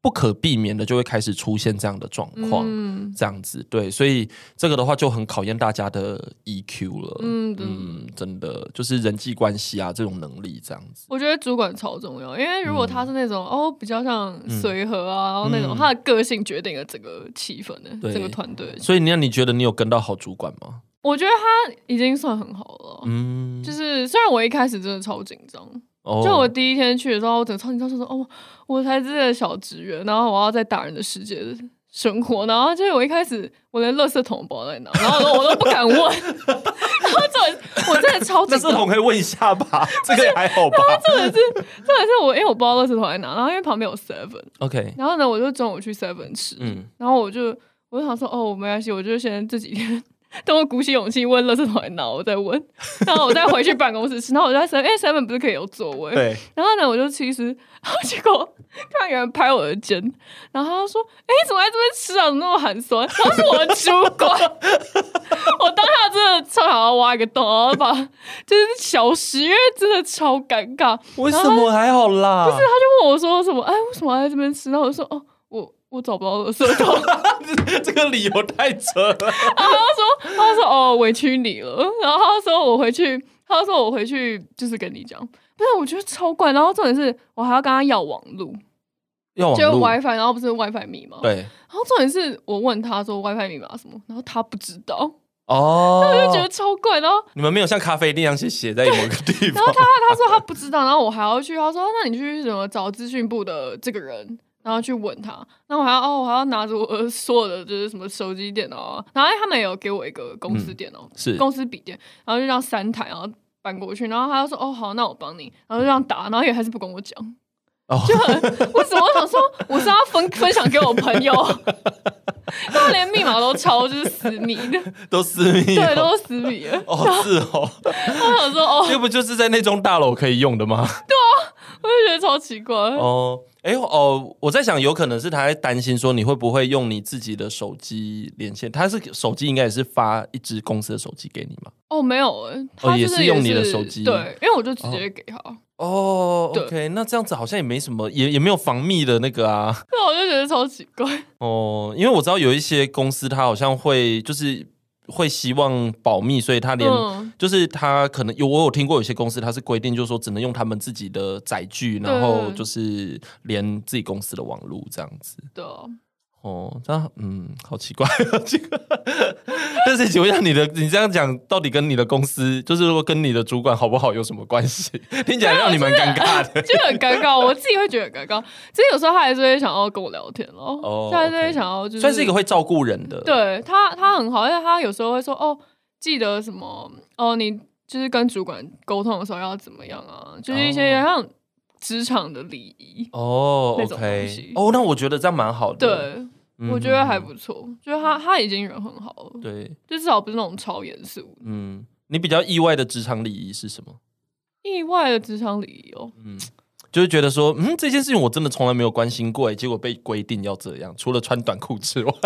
不可避免的就会开始出现这样的状况。
嗯
这样子，对，所以这个的话就很考验大家的 EQ 了，嗯
嗯嗯，
真的就是人际关系啊这种能力这样子，
我觉得主管超重要，因为如果他是那种、哦比较像随和啊，然后那
嗯
种、他的个性决定了整个气氛的
对
整个团队，
所以你那你觉得你有跟到好主管吗？
我觉得他已经算很好了。
嗯，
就是虽然我一开始真的超紧张，
哦
就我第一天去的时候，我整个超紧张，说说哦，我才是个小职员，然后我要在大人的世界生活，然后就是我一开始我连垃圾桶不知道在哪，然后我都我都不
*laughs*
敢问，然后这我真的超
这 *laughs*
紧
这
张
桶。可以问一下吧，这个也还好吧
真的是我，因为我不知道垃圾桶在哪，然后因为旁边有 Seven，
*laughs* ？OK，
然后呢，我就中午去 Seven 吃，
嗯，
然后我就我就想说，哦，没关系，我就先这几天 *laughs* 等我鼓起勇气问垃圾桶在哪，我再问，然后我再回去办公
*laughs*
室吃。然后我就在 Seven，因为 Seven 不是可以有座位，
对，
然后呢，我就其实，然后结果突然有人拍我的肩，然后他就说：“哎、你怎么在这边吃啊？怎么那么寒酸？”然后是我的主
*laughs*
管，我当下真的超想要挖一个洞，然后把就是消失，因为真的超尴尬。
为什么还好啦？不是
就问我说什么？哎，为什么要在这边吃？然后我就说：“哦，我我找不到垃圾桶。”
*laughs*
*laughs*
这个理由太扯了，
他说：“哦，委屈你了。”然后他说：“哦我回去，他说我回去就是跟你讲。”不是，我觉得超怪。然后重点是我还要跟他要网路，
要网
就
路
WiFi，然后不是 WiFi 密码。
对
然后重点是我问他说 WiFi 密码什么，然后他不知道，我就觉得
哦，
超怪。然后
你们没有像咖啡店一样去写在某个地
然后
方 *laughs*
他他说他不知道，然后我还要去，他说那你去什么找资讯部的这个人，然后去问他，然后我还要哦我还要拿着我的所有的就是什么手机电脑啊，然后他们也有给我一个公司电脑、
嗯是
公司笔电，然后就让三台然后搬过去，然后他就说哦好，那我帮你，然后就这样打，然后也还是不跟我讲， *laughs*
哦，
为什么？我想说我是要分分享给我朋友， *laughs* 他连密码都超就是私密的。
都私密
对，
哦，
都是死米了。
哦是哦，
*laughs* 我想说，哦，
这不就是在那栋大楼可以用的吗？
我就觉得超奇怪。
*laughs* 哦，哎哦，我在想，有可能是他在担心说你会不会用你自己的手机连线，他是手机应该也是发一支公司的手机给你嘛？
哦，没有欸，他
也
就是是
用
也
你的
是
手机
对，因为我就直接给他，
哦
对
，OK，那这样子好像也没什么，也也没有防密的那个啊。
那我就觉得超奇怪。
哦，因为我知道有一些公司，它好像会就是会希望保密，所以它连、
嗯，
就是它可能有我有听过有些公司它是规定，就是说只能用他们自己的载具，然后
对
就是连自己公司的网路这样子。
对啊，
哦，这样嗯，好奇怪， *laughs* 这个。但是请问一下，你的你这样讲，到底跟你的公司，就是如果跟你的主管好不好有什么关系？听起来让你蛮尴尬
*laughs*
的。
*laughs* 就很尴尬，我自己会觉得很尴尬。其实有时候他还是会想要跟我聊天咯，
哦
他还是
OK
会想要就是
算是一个会照顾人的，，
对他，他很好，因为他有时候会说哦，记得什么哦，你就是跟主管沟通的时候要怎么样啊，就是一些
哦
像职场的礼仪。
哦
那种东
，OK，
西
哦，那我觉得这样蛮好的，
对，
嗯，
我觉得还不错，就是他他已经人很好了，
对，
就至少不是那种超严肃。
嗯，你比较意外的职场礼仪是什么？
意外的职场礼仪哦，
嗯，就是觉得说，嗯，欸这件事情我真的从来没有关心过，结果被规定要这样，除了穿短裤之外， *laughs*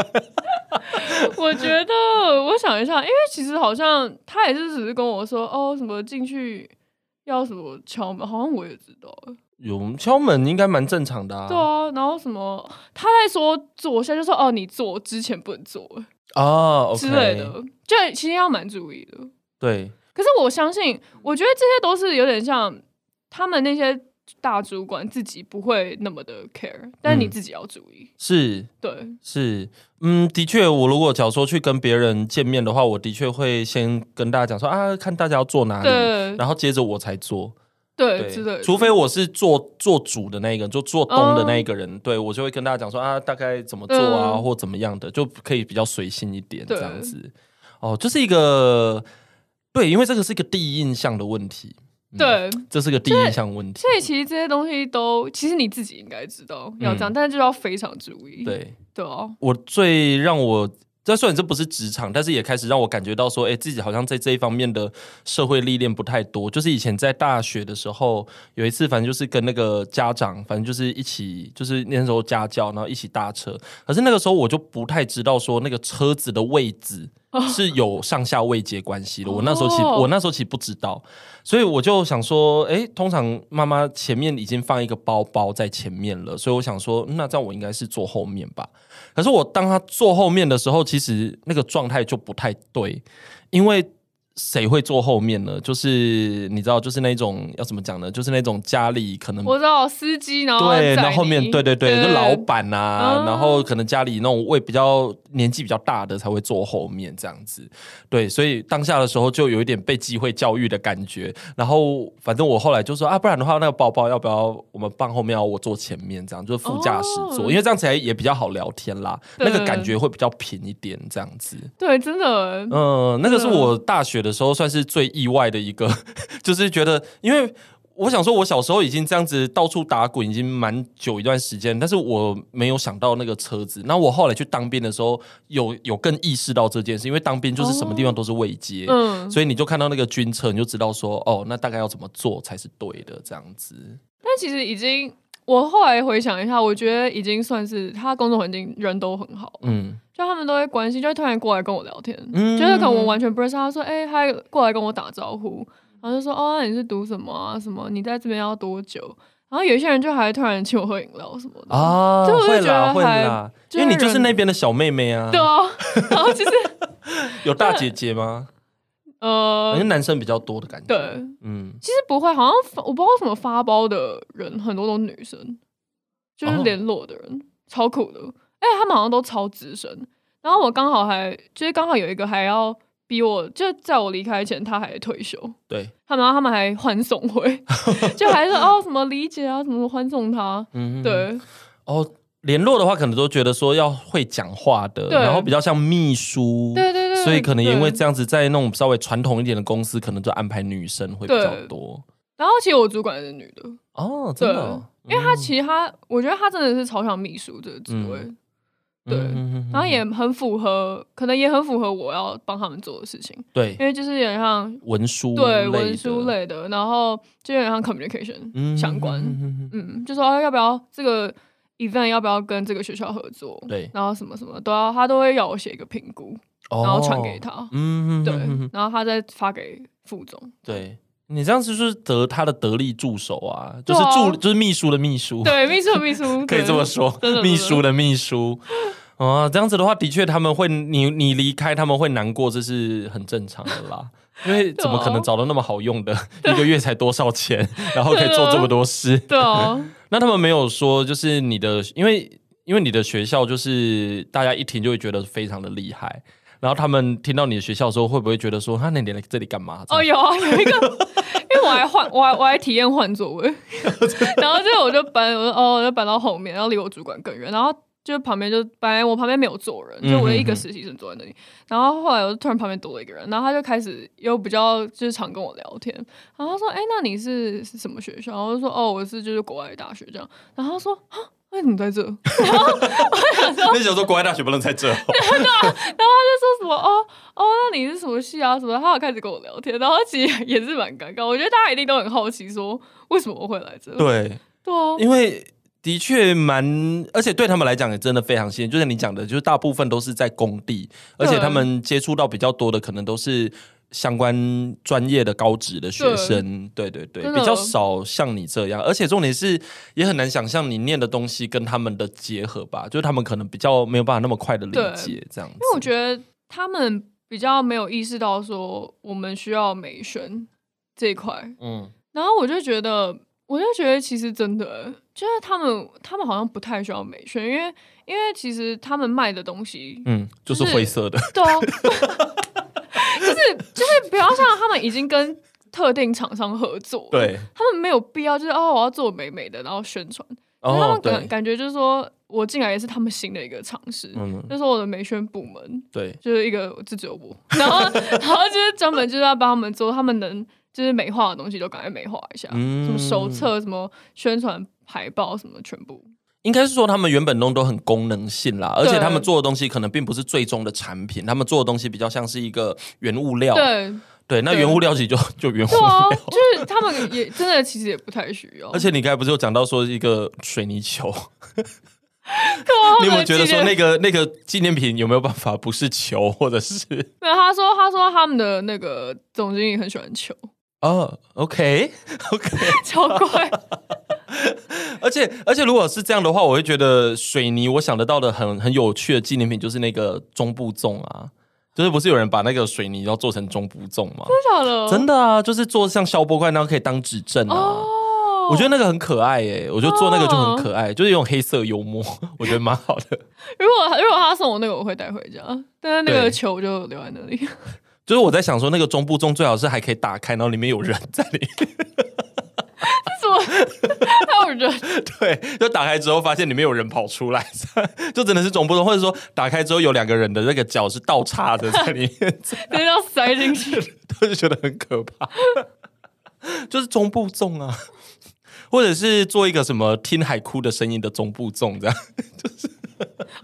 我觉得，我想一下，因为其实好像他也是只是跟我说，哦，什么进去要什么敲门，好像我也知道了。
啊有敲门应该蛮正常的
对
啊。
啊，然后什么他在说坐下，就说哦，你坐之前不能坐了
啊
之类的，就其实要蛮注意的。
对，
可是我相信，我觉得这些都是有点像他们那些大主管自己不会那么的 care，但是你
嗯
自己要注意。
是
对，
是，嗯，的确，我如果假如说去跟别人见面的话，我的确会先跟大家讲说啊，看大家要坐哪里，
对，
然后接着我才做。
对，之类的。
除非我是做做主的那一个人，就做东的那一个人，对我就会跟大家讲说啊，大概怎么做啊，
哦嗯
或怎么样的，就可以比较随性一点
对
这样子。哦，就是一个对，因为这个是一个第一印象的问题，嗯
对，
这是个第一印象问题
所，以其实这些东西都，其实你自己应该知道要这样，
嗯
但是就要非常注意。
对。
对哦，
我最让我，这虽然这不是职场，但是也开始让我感觉到说，哎、自己好像在这一方面的社会历练不太多。就是以前在大学的时候，有一次反正就是跟那个家长，反正就是一起，就是那时候家教，然后一起搭车。可是那个时候我就不太知道说那个车子的位置。是有上下位阶关系的，我那时候其
哦
我那时候其实不知道，所以我就想说，哎、通常妈妈前面已经放一个包包在前面了，所以我想说，嗯那这样我应该是坐后面吧。可是我当他坐后面的时候，其实那个状态就不太对，因为谁会坐后面呢？就是你知道，就是那种要怎么讲呢？就是那种家里可能
我知道司机，然后
对，
载
那后面
你
对对对，就老板啊，
嗯
然后可能家里那种位比较年纪比较大的才会坐后面这样子，对，所以当下的时候就有一点被机会教育的感觉。然后反正我后来就说啊，不然的话那个包包要不要我们放后面，要我坐前面这样，就是副驾驶座，
哦
因为这样才也比较好聊天啦，
对
那个感觉会比较平一点这样子。
对，真的，
嗯，那个是我
啊
大学的时候算是最意外的一个， *laughs* 就是觉得，因为我想说，我小时候已经这样子到处打滚，已经蛮久一段时间，但是我没有想到那个车子。那我后来去当兵的时候，有有更意识到这件事，因为当兵就是什么地方都是未接，
嗯。
所以你就看到那个军车，你就知道说，哦，那大概要怎么做才是对的，这样子。
但其实已经，我后来回想一下，我觉得已经算是他工作环境人都很好，
嗯
就他们都会关心，就会突然过来跟我聊天，
嗯
就是可能我完全不认识他，说哎，他过来跟我打招呼，然后就说哦，那你是读什么啊？什么？你在这边要多久？然后有一些人就还突然请我喝饮料什么的，
啊，
这我嗯就
会
觉
啦
得
会
还
啦，因为
就是
你就是
人
那边的小妹妹啊
对，啊，然后其实
有大姐姐吗？
呃
好，像男生比较多的感觉。
对，，
嗯。
其实不会，好像发我不知道为什么发包的人很多都女生，就是
哦
联络的人、超酷的，哎，他们好像都超资深。然后我刚好还就是刚好有一个还要比我，就在我离开前他还退休，
对，
他们然后他们还欢送会， *laughs* 就还是哦什么理解啊什么欢送他，
嗯，
对
哦。联络的话，可能都觉得说要会讲话的，
对
然后比较像秘书，
对对对，
所以可能
对
因为这样子，在那种稍微传统一点的公司，可能就安排女生会比较多。
然后其实我主管是女的，
哦，真的哦，
因为她其实她我觉得她真的是超像秘书这个职位，
嗯
对
嗯
然后也很符合，可能也很符合我要帮他们做的事情，
对
因为就是有点像
文书类
对
的
文书类的，然后就有点像 communication、
嗯
相关，
嗯嗯嗯
嗯，就说、啊、要不要这个 event 要不要跟这个学校合作，
对
然后什么什么都要，他都会要我写一个评估，
然
然后传给，他，
哦嗯，嗯嗯
对
嗯嗯，
然后他再发给副总，
对。你这样子就是得他的得力助手啊，就是
对啊
助就是秘书的秘书，
对，秘书秘书
*laughs* 可以
对
这么说
*laughs* 真的，
秘书
的
的秘书。啊，这样子的话，的确他们会，你你离开他们会难过，这是很正常的
*laughs*
啦。因为
啊
怎么可能找到那么好用的， *laughs* 一个月才多少
*laughs*
钱，然后可以做这么多事？
对哦，
那他们没有说，就是你的，因为因为你的学校就是大家一听就会觉得非常的厉害，然后他们听到你的学校的时候，会不会觉得说，啊他那你来这里干嘛？
哦，有啊，有一个，因为我还换，我还我还体验换座
*laughs*
位，然后就我就搬，我就哦，我就搬到后面，然后离我主管更远，然后就旁边就本来我旁边没有坐人，就我的一
嗯哼哼
个实习生坐在那里，然后后来我就突然旁边多了一个人，然后他就开始又比较就是常跟我聊天，然后他说，哎、那你是是什么学校？然后我就说，哦，我是就是国外大学这样，然后他说，啊，那你在这？
那想说国外大学不能在
*laughs*
这，
说什么哦哦，那你是什么系啊？什么的？他有开始跟我聊天，然后其实 *laughs* 也是蛮尴尬。我觉得大家一定都很好奇，说为什么我会来这？
对，
对哦，
因为的确蛮，而且对他们来讲也真的非常新鲜。就像你讲的，就是大部分都是在工地，而且他们接触到比较多的，可能都是相关专业的高职的学生。对对对，
真的
比较少像你这样。而且重点是，也很难想象你念的东西跟他们的结合吧，就是他们可能比较没有办法那么快的理
对
解这样子。
因为我觉得他们比较没有意识到说我们需要美宣这一块，
嗯，
然后我就觉得，我就觉得其实真的就是他们，他们好像不太需要美宣，因为因为其实他们卖的东
*laughs*
西
嗯，就是
就是
灰色的，
都就是就是，比方像他们已经跟特定厂商合作，，
对，
他们没有必要就是哦，我要做美美的，然后宣传，可是他
哦
们感
对，
感觉就是说我进来也是他们新的一个尝试，
嗯，
就是我的美宣部门。
对，
就是一个就只有我， *laughs* 然后然后就是专门就是要帮他们做他们能就是美化的东西都赶快美化一下，
嗯
什么手册、什么宣传海报什么全部。
应该是说他们原本弄都很功能性啦，而且
对
他们做的东西可能并不是最终的产品，他们做的东西比较像是一个原物料。
对
对那
对
原物料其实就 *laughs* 就原物
对啊
料。，
就是他们也真的其实也不太需要。
而且你刚才不是有讲到说一个水泥球，
哦对啊
你有没有觉得说那？
他们的纪念
个那个纪念品有没有办法不是球或者
*laughs*
是
没有，他说他说他们的那个总经理很喜欢球， *laughs*
哦、o k OK，
超怪。
而且而且如果是这样的话，我会觉得水泥我想得到的很很有趣的纪念品就是那个中部粽啊，就是不是有人把那个水泥然后做成中部粽吗？
真的假的？
真的啊，就是做像消波块那样可以当指正啊。
哦，
我觉得那个很可爱耶、我觉得做那个就很可爱，就是用黑色幽默， *laughs* 我觉得蛮好的。
如果如果他送我那个，我会带回家，但是那
对
个球就留在那里。 *laughs*
就是我在想说，那个中部中最好是还可以打开，然后里面有人在里面。 *laughs*
怎么还有人？
对，就打开之后发现里面有人跑出来， *laughs* 就真的是中部中，或者说打开之后有两个人的那个脚是倒插的在里面， *laughs*
等要塞进去。
我就觉得很可怕。 *laughs* 就是中部粽啊， *laughs* 或者是做一个什么听海哭的声音的中部粽这样。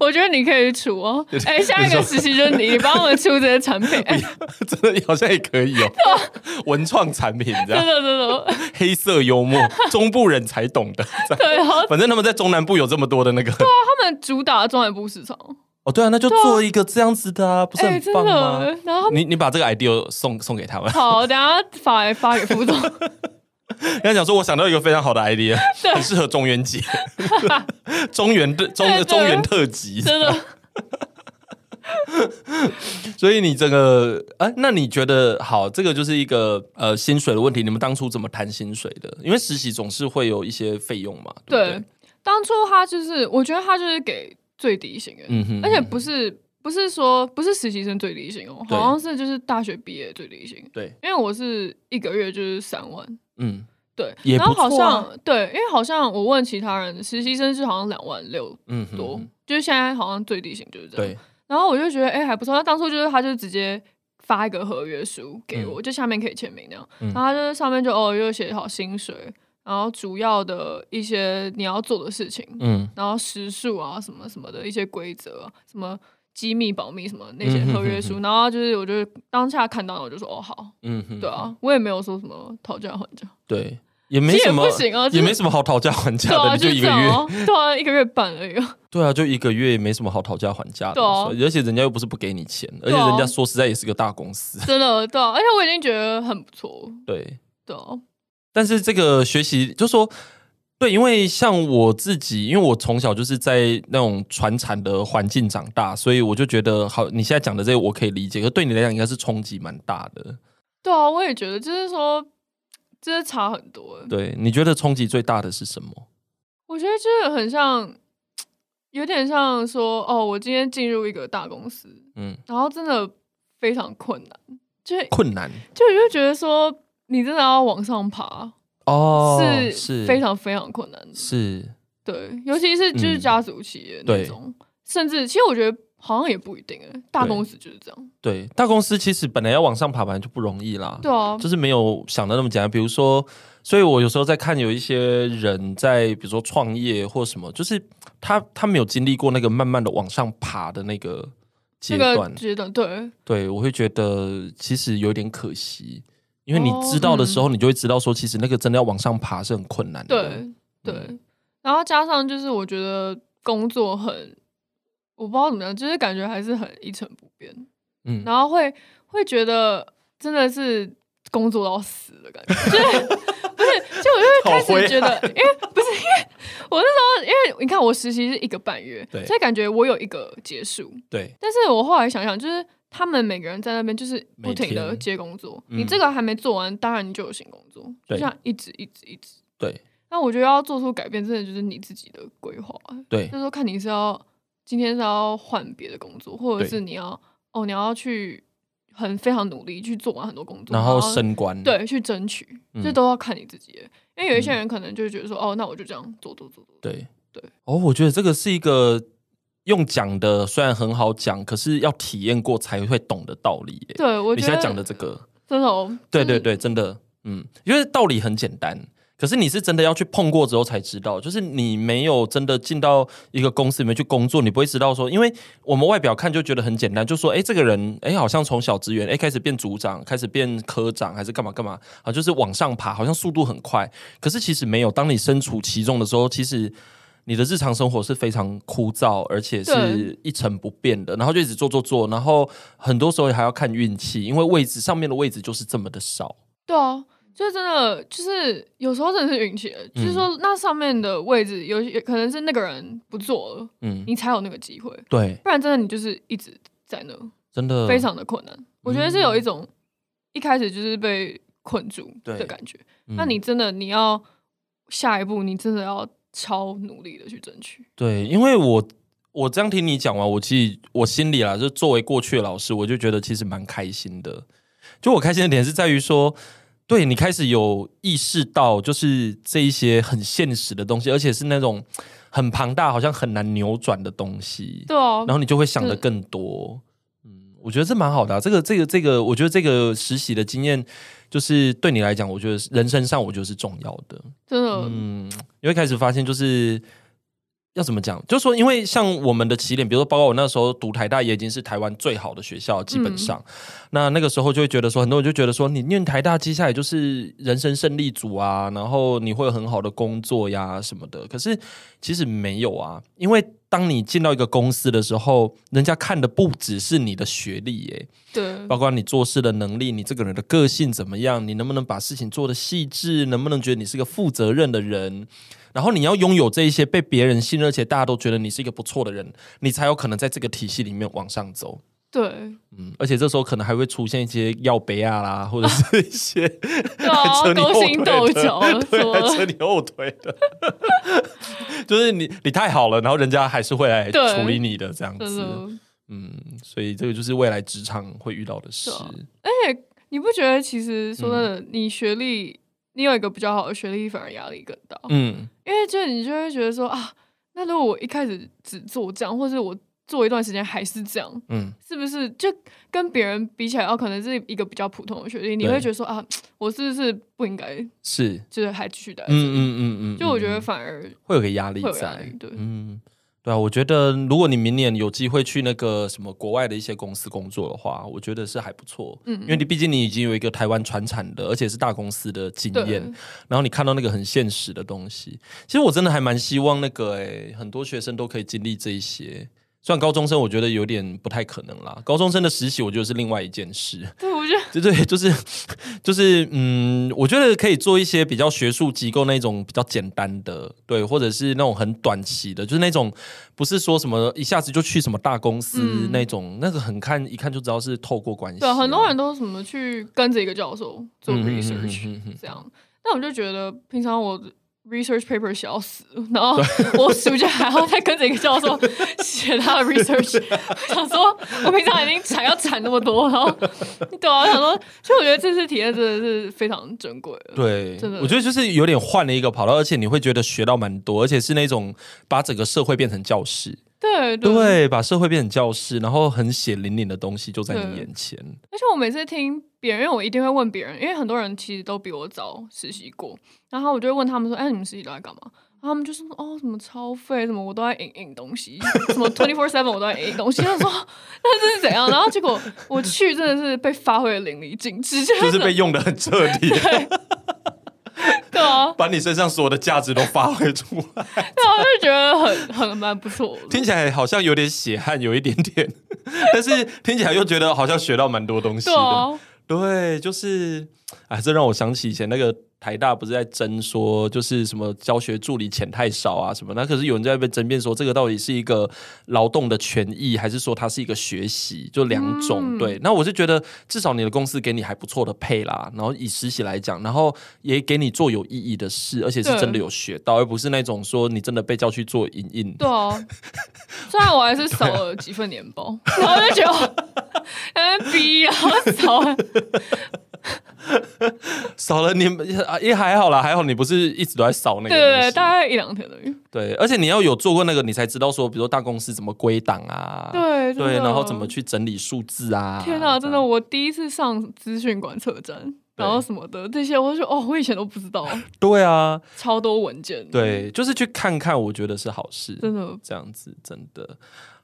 我觉得你可以出哦。哎、下一
你说
个实习就是你，你帮我们出这些
*laughs*
产品。哎
真的好像也可
*laughs*
以哦，文创产品这
真
样，*laughs*
的真的，
黑色幽
*laughs*
默，中部人才懂的。这样
对，然后
反正他们在中南部有这么多的那个，
他们主打中南部市场，
哦，对啊，那就做一个这样子的啊，不是
哎、
很
真
棒吗？
的。
*laughs*
然后
你你把这个 idea 送送给他们，
好，等下发发给
*laughs*
副总。
跟他讲说，我想到一个非常好的
*laughs*
idea，很适合中元节，中元的中
对对
中元特辑。
真的，
所以你这个，哎、那你觉得好？这个就是一个呃薪水的问题，你们当初怎么谈薪水的？因为实习总是会有一些费用嘛，对不
对，当初他就是，我觉得他就是给最低薪的，
嗯哼，
而且不是。不是说不是实习生最低薪哦，
对
好像是就是大学毕业最低薪，
对，
因为我是一个月就是三万，
嗯，
对，
也
然后
不错
好像、
啊
对，因为好像我问其他人，实习生是好像两万六
嗯哼嗯
多，就是现在好像最低薪就是这样。
对，
然后我就觉得哎、还不错，那当初就是他就直接发一个合约书给我，就下面可以签名那样，
嗯
然后他就是上面就哦又写好薪水，然后主要的一些你要做的事情，
嗯
然后时数啊什么什么的一些规则啊、什么。机密保密什么那些
嗯哼
合约书，然后就是我就当下看到，我就说哦好，
嗯哼，
对啊，我也没有说什么讨价还价，
对，也没
其实
什
也
么
不行啊，
也
就是
没什么好讨价还价
对
的，
啊，
你就
就是
一个
这样
月，
哦，对啊，一个月半而已
*laughs*
啊。
对啊，就一个月也没什么好讨价还价的，
对啊
所以而且人家又不是不给你钱，而且
对啊
人家说实在也是个大公司，
真的，对啊，而且我已经觉得很不错，
对。
对啊，
但是这个学习就说。对，因为像我自己，因为我从小就是在那种传产的环境长大，所以我就觉得好，你现在讲的这个我可以理解，可对你来讲应该是冲击蛮大的。
对啊，我也觉得，就是说，真的差很多。欸
对，你觉得冲击最大的是什么？
我觉得就是很像，有点像说，哦，我今天进入一个大公司，
嗯，
然后真的非常困难，就
困难
就就觉得说，你真的要往上爬，
哦，
是
是
非常非常困难的。
是
对，尤其是就是
嗯
家族企业
对
那种，甚至其实我觉得好像也不一定哎，大
对
公司就是这样。
对，大公司其实本来要往上爬，本来就不容易啦。
对啊，
就是没有想的那么简单。比如说，所以我有时候在看有一些人在，比如说创业或什么，就是他他没有经历过那个慢慢的往上爬的那个阶
这
段
个，阶段对
对我会觉得其实有点可惜，因为你
哦
嗯知道的时候，你就会知道说，其实那个真的要往上爬是很困难的。
对对。然后加上就是我觉得工作很，我不知道怎么样，就是感觉还是很一成不变，
嗯，
然后会会觉得真的是工作到死的感觉，就是不是？就我就会
啊
开始觉得，因为不是因为我那时候，因为你看我实习是一个半月，
对
所以感觉我有一个结束。
对，
但是我后来想想，就是他们每个人在那边就是不停
每
的
天
接工作，
嗯
你这个还没做完，当然你就有新工作，就
对
这样一直一直一直。
对，
那我觉得要做出改变，真的就是你自己的规划。
对
就是，说看你是要今天是要换别的工作，或者
对
是你要哦，你要去很非常努力去做完很多工作，
然
后
后升官，，
对去争取，这、
嗯
都要看你自己的。因为有一些人可能就会觉得说，哦，那我就这样做做做做。
对
对。
哦，我觉得这个是一个用讲的，虽然很好讲，可是要体验过才会懂的道理耶。
对，我
你
觉
现
得
在讲的这个，
真的哦，
对
就是
对对，真的，嗯，因为道理很简单。可是你是真的要去碰过之后才知道，就是你没有真的进到一个公司里面去工作，你不会知道说，因为我们外表看就觉得很简单，就说，哎，这个人，哎，好像从小职员，哎，开始变组长，开始变科长，还是干嘛干嘛啊，就是往上爬，好像速度很快。可是其实没有，当你身处其中的时候，其实你的日常生活是非常枯燥，而且是
对
一成不变的，然后就一直做做做，然后很多时候还要看运气，因为位置上面的位置就是这么的少。
对啊，就是真的，就是有时候真的是运气，
嗯
就是说那上面的位置有有可能是那个人不做了，
嗯，
你才有那个机会，
对，
不然真的你就是一直在那。
真的
非常的困难。我觉得是
嗯
有一种一开始就是被困住
对
的感觉。
嗯
那你真的你要下一步，你真的要超努力的去争取。
对，因为我我这样听你讲完，我其实我心里啦，就作为过去的老师，我就觉得其实蛮开心的。就我开心的点是在于说，对你开始有意识到，就是这一些很现实的东西，而且是那种很庞大，好像很难扭转的东西，
对啊
然，后你就会想的
对
更多。嗯，我觉得这蛮好的啊、这个这个这个，我觉得这个实习的经验，就是对你来讲，我觉得人生上我觉得是重要的。
真的，
嗯，你会开始发现就是。要怎么讲？就是说，因为像我们的起点，比如说，包括我那时候读台大，也已经是台湾最好的学校，基本上。那那个时候就会觉得说，很多人就觉得说，你念台大，接下来就是人生胜利组啊，然后你会有很好的工作呀什么的。可是其实没有啊，因为当你进到一个公司的时候，人家看的不只是你的学历、耶，
对
包括你做事的能力，你这个人的个性怎么样，你能不能把事情做得细致，能不能觉得你是个负责任的人，然后你要拥有这一些被别人信任，而且大家都觉得你是一个不错的人，你才有可能在这个体系里面往上走。 *laughs*
对
嗯，而且这时候可能还会出现一些要杯啊啦，或者是一些
对啊，
扯你
勾
后
心
腿
斗
的
角啊什
对
么
来
的，
扯你后腿的，就是你你太好了，然后人家还是会来
对
处理你的这样
真
子。
的。
嗯，所以这个就是未来职场会遇到的事
是。啊你不觉得其实
嗯
说真的，你学历你有一个比较好的学历，反而压力更大，
嗯，
因为就你就会觉得说啊，那如果我一开始只做这样，或者我做一段时间还是这样，
嗯，
是不是就跟别人比起来，哦，可能是一个比较普通的学历，你
对
会觉得说啊，我是不是不应该
是，
就是还继续待在
嗯
这里？
嗯嗯嗯，
就我觉得
嗯
反而
会有个压力
会有压
在
力，，对，
嗯，对啊，我觉得如果你明年有机会去那个什么国外的一些公司工作的话，我觉得是还不错，
嗯
因为你毕竟你已经有一个台湾传产的，而且是大公司的经
对
验，然后你看到那个很现实的东西，其实我真的还蛮希望那个诶、很多学生都可以经历这一些。虽然高中生我觉得有点不太可能啦，高中生的实习我觉得是另外一件事。
对，我觉
*laughs* 对
得
对，就是就是，嗯，我觉得可以做一些比较学术机构那种比较简单的，对，或者是那种很短期的，就是那种不是说什么一下子就去什么大公司、
嗯
那种，那个很看一看就知道是透过关系、
对啊，很多人都什么去跟着一个教授做
嗯嗯嗯嗯
research
嗯嗯嗯
这样，但我就觉得平常我 research paper 写到死，然后我暑假还要再跟着一个教授写他的
*laughs*
research，我想说我平常已经产要产那么多，然后对啊，我想说，其实我觉得这次体验真的是非常珍贵的。
对
真，的
我觉得就是有点换了一个跑道，而且你会觉得学到蛮多，而且是那种把整个社会变成教室，
对啊对
对，把社会变成教室，然后很血淋淋的东西就在你
对
眼前，
而且我每次听别人，因为我一定会问别人，因为很多人其实都比我早实习过，然后我就会问他们说：“哎，你们实习都在干嘛？”然后他们就说：“哦，什么超费，什么我都在影印东西，什么 twenty four seven 我都在影印东西。”他说：“那这是怎样？”然后结果我去真的是被发挥的淋漓尽致，就
就是被用的很彻底。
对啊，
把你身上所有的价值都发挥出来，
对啊，就觉得很很蛮不错的。
听起来好像有点血汗，有一点点，但是听起来又觉得好像学到蛮多东西
对
的。
啊，
对，就是，哎，这让我想起以前那个台大不是在争说，就是什么教学助理钱太少啊什么，那可是有人在被争辩说，这个到底是一个劳动的权益，还是说它是一个学习，就两种。
嗯
对，那我是觉得至少你的公司给你还不错的配啦，然后以实习来讲，然后也给你做有意义的事，而且是真的
对
有学到，而不是那种说你真的被叫去做影印。
对啊。虽然我还是少了几份年包，然后就觉得 *laughs* 哎逼，然后少了
少了你们啊也还好啦，还好你不是一直都在扫那个
对
东
对对，
西
大概一两天而已。
对，而且你要有做过那个，你才知道说，比如说大公司怎么归档啊，
对真的
然后怎么去整理数字啊。
天
哪、
哪，真的，我第一次上资讯观测站，然后什么的这些，我就说哦，我以前都不知道，
对啊，
超多文件。，
对，就是去看看，我觉得是好事。
真的
这样子真的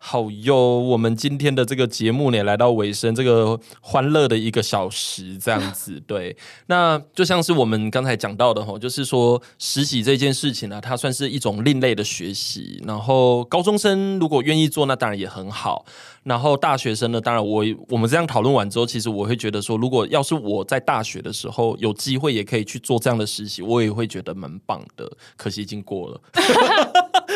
好哟！我们今天的这个节目呢，也来到尾声，这个欢乐的一个小时，这样子对。那就像是我们刚才讲到的吼，就是说实习这件事情呢、它算是一种另类的学习。然后高中生如果愿意做，那当然也很好。然后大学生呢，当然我我们这样讨论完之后，其实我会觉得说，如果要是我在大学的时候有机会也可以去做这样的实习，我也会觉得蛮棒的。可惜已经过了。 *laughs*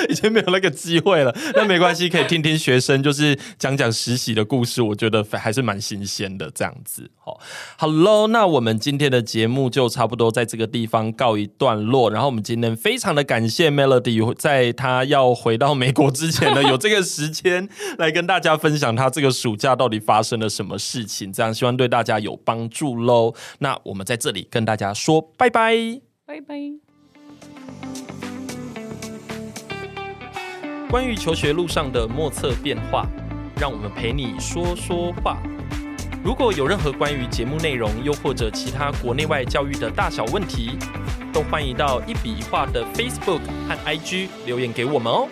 已经没有那个机会了。那没关系，可以听听学生就是讲讲实习的故事，我觉得还是蛮新鲜的这样子。好，好喽，那我们今天的节目就差不多在这个地方告一段落。然后我们今天非常的感谢 Melody，在她要回到美国之前呢，有这个时间来跟大家分享她这个暑假到底发生了什么事情，这样希望对大家有帮助喽。那我们在这里跟大家说拜拜。
拜拜。
关于求学路上的莫测变化，让我们陪你说说话。如果有任何关于节目内容，又或者其他国内外教育的大小问题，都欢迎到一笔一画的 Facebook 和 IG 留言给我们哦。